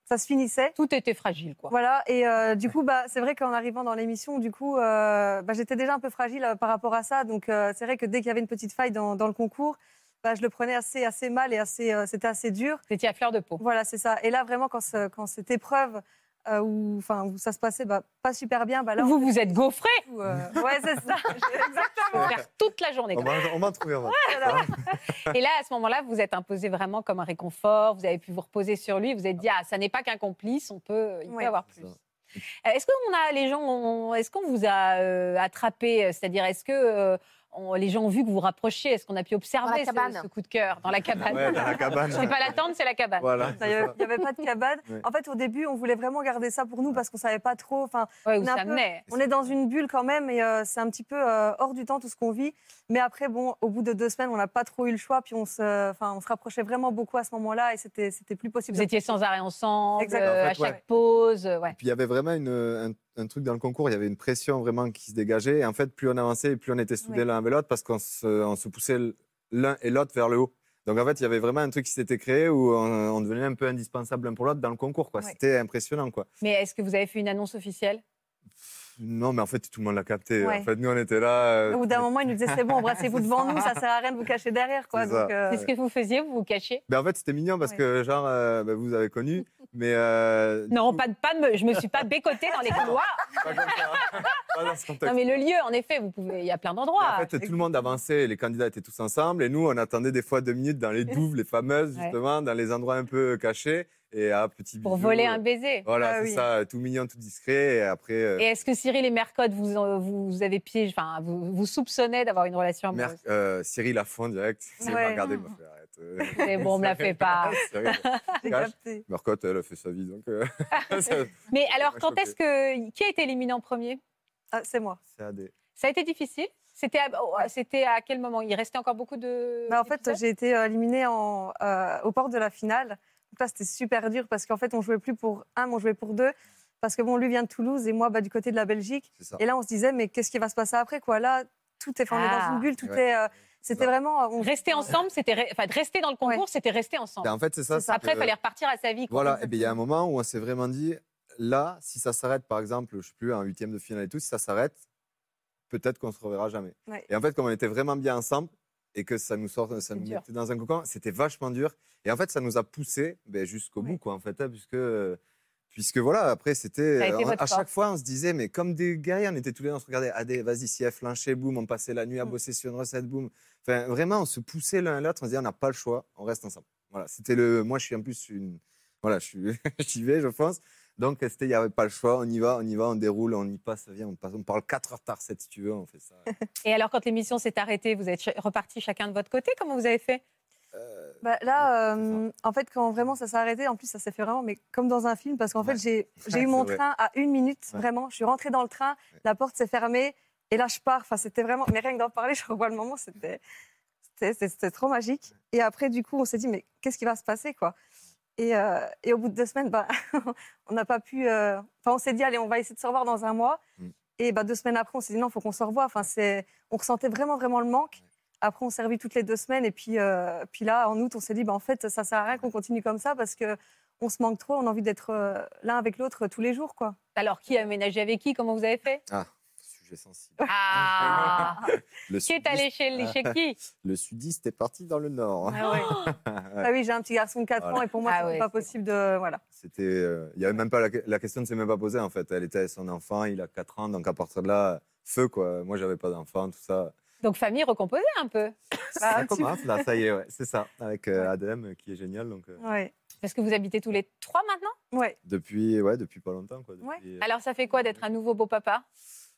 S6: ça se finissait.
S7: Tout était fragile, quoi.
S6: Voilà. Et euh, du coup, bah, c'est vrai qu'en arrivant dans l'émission, du coup, euh, bah, j'étais déjà un peu fragile euh, par rapport à ça. Donc, euh, c'est vrai que dès qu'il y avait une petite faille dans, dans le concours, bah, je le prenais assez, assez mal et assez, euh, c'était assez dur.
S7: Vous étiez à fleur de peau.
S6: Voilà, c'est ça. Et là, vraiment, quand, ce- quand cette épreuve euh, où, enfin, où ça se passait bah, pas super bien, bah, là,
S7: vous vous êtes gaufré
S6: on- euh, ouais, c'est ça.
S7: Exactement. Faire (laughs) toute la journée.
S5: On
S7: quoi.
S5: va, on va en trouver. on va en bah.
S7: Et là, à ce moment-là, vous êtes imposé vraiment comme un réconfort. Vous avez pu vous reposer sur lui. Vous vous êtes dit, ah, ça n'est pas qu'un complice. On peut, il peut
S6: Ouais.
S7: avoir plus. Euh, Est-ce qu'on a les gens, ont- est-ce qu'on vous a euh, attrapé C'est-à-dire, est-ce que euh, on- les gens ont vu que vous vous rapprochiez Est-ce qu'on a pu
S3: Dans
S7: observer
S3: la
S7: ce,
S3: cabane.
S7: ce coup de cœur dans la cabane
S5: Ouais, dans la
S7: (laughs)
S5: cabane.
S7: C'est pas la tente, c'est la cabane.
S5: Voilà.
S6: Il n'y avait, il y avait pas de cabane.
S5: Ouais.
S6: En fait, au début, on voulait vraiment garder ça pour nous parce qu'on savait pas trop. Enfin,
S7: Ouais, où
S6: on, est un
S7: ça
S6: peu-
S7: menait.
S6: on est dans une bulle quand même et euh, c'est un petit peu euh, hors du temps tout ce qu'on vit. Mais après, bon, au bout de deux semaines, on n'a pas trop eu le choix. Puis on se, enfin, on se rapprochait vraiment beaucoup à ce moment-là et c'était, c'était plus possible.
S7: Vous étiez sans arrêt ensemble,
S6: Exactement.
S5: En
S7: euh,
S5: fait,
S7: à chaque
S5: ouais.
S7: pause. euh, Ouais.
S5: Puis il y avait vraiment une- un, un truc dans le concours, il y avait une pression vraiment qui se dégageait. Et en fait, plus on avançait, et plus on était soudés
S6: Ouais.
S5: l'un avec l'autre parce qu'on se, on se poussait l'un et l'autre vers le haut. Donc en fait, il y avait vraiment un truc qui s'était créé où on, on devenait un peu indispensable l'un pour l'autre dans le concours. quoi.
S6: Ouais.
S5: C'était impressionnant. quoi.
S7: Mais est-ce que vous avez fait une annonce officielle
S5: Non, mais en fait, tout le monde l'a capté.
S6: Ouais.
S5: En fait, nous, on était là. euh,
S6: Au bout d'un moment, ils nous disaient c'est bon, embrassez-vous devant nous, ça sert à rien de vous cacher derrière, quoi.
S5: C'est
S6: Donc,
S5: ça.
S6: euh,
S7: C'est ce que vous faisiez Vous vous cachiez
S5: ben, en fait, c'était mignon parce
S6: Ouais.
S5: que, genre, euh, ben, vous avez
S7: (laughs)
S5: connu, mais. euh, du
S7: Non,
S5: coup,
S7: pas de pas. de me- Je me suis pas bécotée
S6: (laughs)
S7: dans les couloirs.
S5: pas comme ça. hein. Pas dans ce contexte.
S7: Non, mais le lieu, en effet, vous pouvez. Il y a plein d'endroits.
S5: En fait, tout le monde avançait, les candidats étaient tous ensemble, et nous, on attendait des fois deux minutes dans
S7: (laughs)
S5: les douves, les fameuses,
S7: Ouais.
S5: justement, dans les endroits un peu euh, cachés, et à petit
S7: pour
S5: bisou,
S7: voler
S5: euh,
S7: un baiser.
S5: Voilà,
S6: Ah
S5: c'est
S6: oui.
S5: ça, euh, tout mignon, tout discret, et après, euh,
S7: Et est-ce que Cyril et Mercotte vous, en- vous, vous avez piégé, enfin, vous, vous soupçonnez d'avoir une relation
S5: Mer-
S7: amoureuse
S5: euh, Cyril à fond direct. (laughs) Cyril m'a
S6: Ouais.
S5: regardé, il m'a fait arrête. euh,
S7: C'est bon,
S5: (laughs)
S7: on me la fait pas. (laughs)
S5: Cyril,
S6: j'ai
S5: cache.
S6: capté.
S5: Mercotte, elle a fait sa vie, donc. euh, (laughs) ça-
S7: Mais alors,
S5: m'a
S7: quand
S5: choqué.
S7: est-ce que. Qui a été éliminé en premier
S6: Ah, c'est moi.
S5: c'est un des-
S7: Ça a été difficile C'était à, oh, c'était à quel moment Il restait encore beaucoup de.
S6: Bah, en fait,
S7: d'épisodes
S6: j'ai été euh, éliminée en, euh, au port de la finale. Donc là, c'était super dur parce qu'en fait, on jouait plus pour un, mais on jouait pour deux. Parce que bon, lui vient de Toulouse et moi, bah, du côté de la Belgique.
S5: c'est ça.
S6: Et là, on se disait, mais qu'est-ce qui va se passer après quoi Là, tout est, enfin, on est
S7: Ah.
S6: dans une bulle, tout
S5: Ouais.
S6: est. euh, c'était
S5: ça.
S6: vraiment. euh, on-
S7: Rester ensemble, c'était. re- Enfin, de rester dans le concours,
S6: Ouais.
S7: c'était rester ensemble.
S5: Ben, en fait, c'est ça. c'est
S7: Après, il
S5: que-
S7: fallait repartir à sa vie. quoi.
S6: (laughs)
S5: Voilà, et bien il y a un moment où on s'est vraiment dit, là, si ça s'arrête, par exemple, je sais plus, un huitième de finale et tout, si ça s'arrête, peut-être qu'on se reverra jamais.
S6: Ouais.
S5: Et en fait, comme on était vraiment bien ensemble et que ça nous sort, ça
S7: C'est
S5: nous
S7: dur.
S5: mettait dans un cocon, c'était vachement dur. Et en fait, ça nous a poussé ben, jusqu'au
S6: Ouais.
S5: bout, quoi, en fait, hein, puisque. Puisque voilà, après,
S7: Ça a
S5: c'était.
S7: été
S5: on-
S7: votre
S5: À chaque
S7: force.
S5: fois, on se disait, mais comme des guerriers, on était tous les deux, on se regardait, allez, vas-y, si elle flanchait, boum, on passait la nuit à
S6: Mm.
S5: bosser sur une recette, boum. Enfin, vraiment, on se poussait l'un à l'autre, on se disait, on n'a pas le choix, on reste ensemble. Voilà, c'était le. Moi, je suis en plus une. Voilà, je suis... (laughs) j'y vais, je pense. Donc, c'était, il n'y avait pas le choix, on y va, on y va, on déroule, on y passe, viens, on, passe, on parle 4 heures tard, 7 si tu veux, on fait ça.
S7: Et alors, quand l'émission s'est arrêtée, vous êtes ch- repartis chacun de votre côté Comment vous avez fait
S5: Euh,
S6: Bah, là,
S5: Ouais,
S6: euh, en fait, quand vraiment ça s'est arrêté, en plus, ça s'est fait vraiment, mais comme dans un film, parce qu'en
S5: Ouais.
S6: fait,
S5: (laughs)
S6: j'ai- j'ai
S5: C'est
S6: eu mon
S5: vrai.
S6: train à une minute,
S5: Ouais.
S6: vraiment. Je suis rentrée dans le train, la porte s'est fermée, et là, je pars. Enfin, c'était vraiment, mais rien que d'en parler, (laughs) je revois le moment, c'était c'était- c'était- c'était trop magique. Et après, du coup, on s'est dit, mais qu'est-ce qui va se passer, quoi et, euh, et au bout de deux semaines, bah, (laughs) on n'a pas pu. euh, Enfin, on s'est dit, allez, on va essayer de se revoir dans un mois.
S5: Mm.
S6: Et bah, deux semaines après, on s'est dit, non, faut qu'on se revoie. Enfin, c'est, on ressentait vraiment, vraiment le manque. Après, on s'est revu toutes les deux semaines. Et puis, euh, puis là, en août, on s'est dit, bah, en fait, ça sert à rien qu'on continue comme ça parce que on se manque trop. On a envie d'être euh, l'un avec l'autre euh, tous les jours, quoi.
S7: Alors, qui a ménagé avec qui Comment vous avez fait
S5: Ah, sujet fais sensible.
S7: Ah
S5: (laughs) Le
S7: Qui est allé chez,
S5: (laughs)
S7: chez qui
S5: Le sudiste est parti dans le nord.
S6: Ah
S5: (laughs)
S6: ouais. Ah oui, j'ai un petit garçon de 4
S5: Voilà.
S6: ans et pour moi,
S5: Ah
S6: c'est
S5: ouais,
S6: pas possible de. Voilà.
S5: C'était, euh, il y avait même pas la, la question ne s'est même pas posée en fait. Elle était son enfant, il a 4 ans, donc à partir de là, feu quoi. Moi, j'avais pas d'enfant, tout ça.
S7: Donc famille recomposée un peu.
S6: Bah,
S7: Ah,
S5: Ça commence là, ça y est, ouais, c'est ça, avec euh, ADM euh, qui est génial. Donc euh,
S7: Parce que vous habitez tous les trois maintenant
S6: Ouais.
S5: depuis, ouais, depuis pas longtemps quoi. depuis-
S7: Alors ça fait quoi d'être un nouveau beau-papa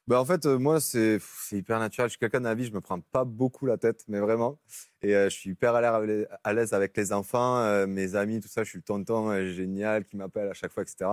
S5: Bah, en fait, euh, moi, c'est pff, c'est hyper naturel. Je suis quelqu'un de la vie, je me prends pas beaucoup la tête, mais vraiment. Et euh, je suis hyper à l'aise avec les- à l'aise avec les enfants, euh, mes amis, tout ça. Je suis le tonton euh, génial qui m'appelle à chaque fois, etc.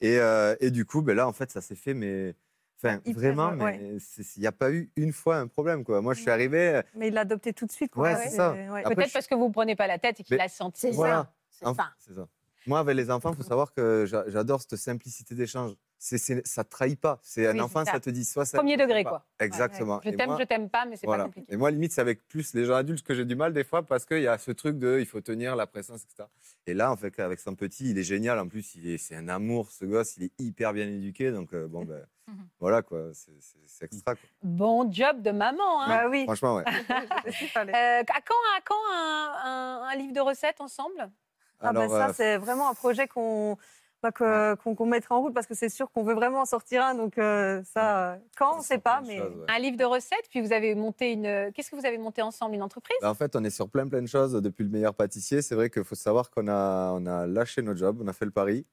S5: Et, euh, et du coup, ben là, en fait, ça s'est fait, mais. Enfin,
S6: Hyper,
S5: vraiment,
S6: ouais.
S5: mais c'est- il n'y a pas eu une fois un problème, quoi. Moi, je suis arrivé. euh,
S6: Mais il l'a adopté tout de suite. quoi.
S5: Ouais, c'est ça. Après,
S7: Peut-être
S5: je-
S7: parce que vous ne prenez pas la tête et qu'il
S5: Mais-
S7: a senti. C'est
S5: ben Voilà. En- c'est ça. Moi, avec les enfants, il
S7: Mmh.
S5: faut savoir que j'a- j'adore cette simplicité d'échange. C'est- c'est- ça ne trahit pas. C'est un
S7: Oui,
S5: enfant,
S7: c'est ça.
S5: ça te dit soit ça.
S7: Premier
S5: soit
S7: degré,
S5: pas.
S7: quoi.
S5: Exactement.
S7: Je
S5: Et
S7: t'aime,
S5: moi-
S7: je t'aime pas, mais c'est
S5: Voilà.
S7: pas compliqué.
S5: Et moi, limite, c'est avec plus les gens adultes que j'ai du mal des fois parce qu'il y a ce truc de il faut tenir la présence, etc. Et là, en fait, avec son petit, il est génial. En plus, il est- c'est un amour, ce gosse. Il est hyper bien éduqué. Donc, euh,
S7: (laughs)
S5: bon, ben,
S7: Mhm.
S5: voilà, quoi. C'est- C'est c'est extra, quoi.
S7: Bon job de maman. Hein.
S5: Bah oui. Franchement, (laughs) ouais.
S7: Euh, à quand, à quand un, un- un livre de recettes ensemble
S6: Ah bah
S5: Alors,
S6: ça,
S5: euh,
S6: c'est vraiment un projet qu'on bah, que- qu'on qu'on mettra en route parce que c'est sûr qu'on veut vraiment en sortir un. Donc euh, ça, euh, quand, on ne sait
S5: Ah,
S6: pas. Mais...
S7: Un livre de recettes, puis vous avez monté une. Qu'est-ce que vous avez monté ensemble Une entreprise
S5: Ben, en fait, on est sur plein, plein de choses depuis le meilleur pâtissier. C'est vrai qu'il faut savoir qu'on a, on a lâché nos jobs, on a fait le pari.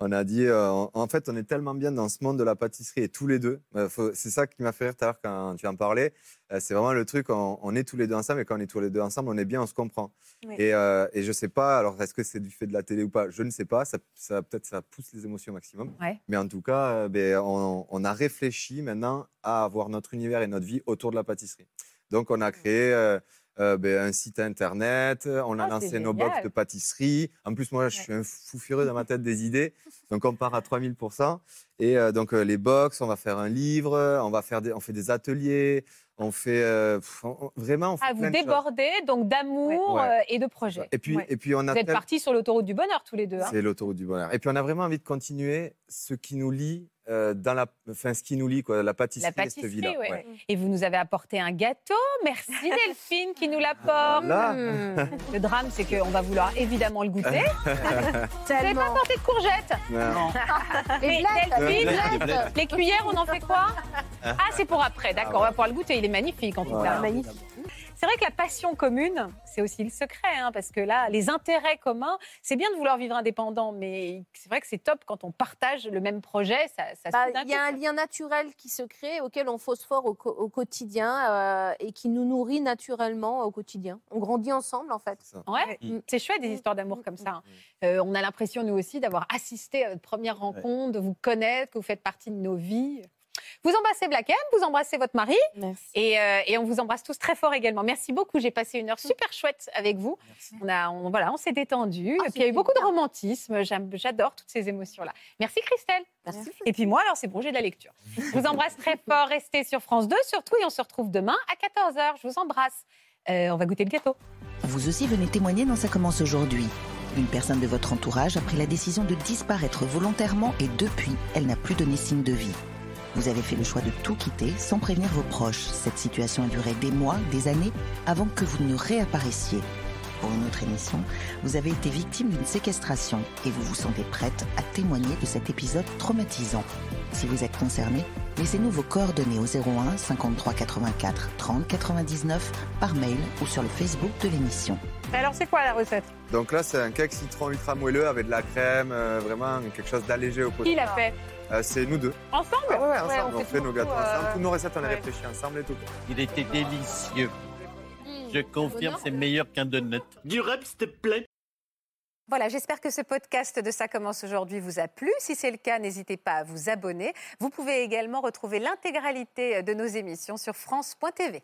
S5: On a dit, euh, en- en fait, on est tellement bien dans ce monde de la pâtisserie et tous les deux. Euh, faut- c'est ça qui m'a fait rire tout à l'heure quand tu en parlais. Euh, c'est vraiment le truc, on, on est tous les deux ensemble et quand on est tous les deux ensemble, on est bien, on se comprend.
S6: Oui.
S5: Et, euh, et je sais pas, alors est-ce que c'est du fait de la télé ou pas Je ne sais pas. Ça, ça- Peut-être ça pousse les émotions au maximum.
S7: Ouais.
S5: Mais en tout cas, euh, ben, on, on a réfléchi maintenant à avoir notre univers et notre vie autour de la pâtisserie. Donc, on a créé euh, euh, ben, un site internet, on a
S9: Ah, c'est
S5: lancé nos
S9: génial.
S5: box de pâtisserie. En plus, moi, je suis un fou furieux
S7: (laughs)
S5: dans ma tête des idées. Donc, on part à 3000%. Et euh, donc, euh, les box, on va faire un livre, on, va faire des, on fait des ateliers, on fait. euh, pff, on- on- vraiment, on fait
S7: Ah, vous
S5: plein de choses.
S7: débordez donc d'amour
S5: Ouais.
S7: euh,
S5: Ouais.
S7: et de projets.
S5: Et puis- et puis on a
S7: Vous êtes
S5: tel-
S7: partis sur l'autoroute du bonheur tous les deux. hein.
S5: C'est l'autoroute du bonheur. Et puis on a vraiment envie de continuer ce qui nous lie euh, dans la, enfin ce qui nous lie quoi, la pâtisserie,
S7: La
S5: de cette
S7: pâtisserie,
S5: vie-là.
S7: ouais. Mm.
S5: Ouais.
S7: Et vous nous avez apporté un gâteau.
S8: (laughs)
S7: Merci Delphine qui nous l'apporte.
S5: Là.
S3: Mm.
S7: Hmm. Le drame, c'est qu'on va vouloir évidemment
S8: (laughs)
S7: le goûter. Vous n'avez pas apporté de courgettes.
S5: Non. Non.
S7: (laughs) Les
S8: blettes.
S7: Delphine,
S8: Les blettes.
S7: les cuillères, on en fait quoi Ah, c'est pour après, d'accord.
S8: Ah ouais.
S7: On va pouvoir le goûter. Il est magnifique en tout
S8: Voilà.
S7: cas. Magnifique. C'est vrai que la passion commune, c'est aussi le secret, hein, parce que là, les intérêts communs, c'est bien de vouloir vivre indépendant, mais c'est vrai que c'est top quand on partage le même projet. Ça, ça
S3: Bah,
S7: soude un
S3: Il y a un
S7: couple.
S3: lien naturel qui se crée, auquel on phosphore au, co- au quotidien euh, et qui nous nourrit naturellement au quotidien. On grandit ensemble, en fait.
S7: Ouais, c'est chouette des histoires d'amour comme ça. hein. Euh, on a l'impression, nous aussi, d'avoir assisté à votre première rencontre, de vous connaître, que vous faites partie de nos vies. Vous embrassez Black M, vous embrassez votre mari. Et, euh, et on vous embrasse tous très fort également. Merci beaucoup. J'ai passé une heure super chouette avec vous. On, a, on, voilà, on s'est détendu. et puis il y a eu beaucoup de romantisme. J'aime- J'adore toutes ces émotions-là. Merci Christelle. Et puis moi, alors c'est bon, j'ai de la lecture. Je vous embrasse (laughs) très fort. Restez sur France 2 surtout. Et on se retrouve demain à 14h. Je vous embrasse. Euh, on va goûter le gâteau.
S14: Vous aussi venez témoigner dans Ça commence aujourd'hui. Une personne de votre entourage a pris la décision de disparaître volontairement et depuis, elle n'a plus donné signe de vie. Vous avez fait le choix de tout quitter sans prévenir vos proches. Cette situation a duré des mois, des années, avant que vous ne réapparaissiez. Pour une autre émission, vous avez été victime d'une séquestration et vous vous sentez prête à témoigner de cet épisode traumatisant. Si vous êtes concerné, laissez-nous vos coordonnées au 01 53 84 30 99 par mail ou sur le Facebook de l'émission.
S7: Mmh. Alors c'est quoi la recette
S5: Donc là, c'est un cake citron ultra moelleux avec de la crème, euh, vraiment quelque chose d'allégé au
S7: Qui
S5: potier.
S7: l'a fait
S5: Euh, C'est nous deux.
S7: Ensemble
S5: Ah ouais, ouais, ensemble, on fait nos gâteaux
S7: euh,
S5: ensemble. Toutes nos recettes, on les réfléchit ensemble et tout.
S11: Il était délicieux. Je confirme, c'est meilleur qu'un donut. Du rap, s'il te plaît.
S7: Voilà, j'espère que ce podcast de Ça commence aujourd'hui vous a plu. Si c'est le cas, n'hésitez pas à vous abonner. Vous pouvez également retrouver l'intégralité de nos émissions sur France.tv.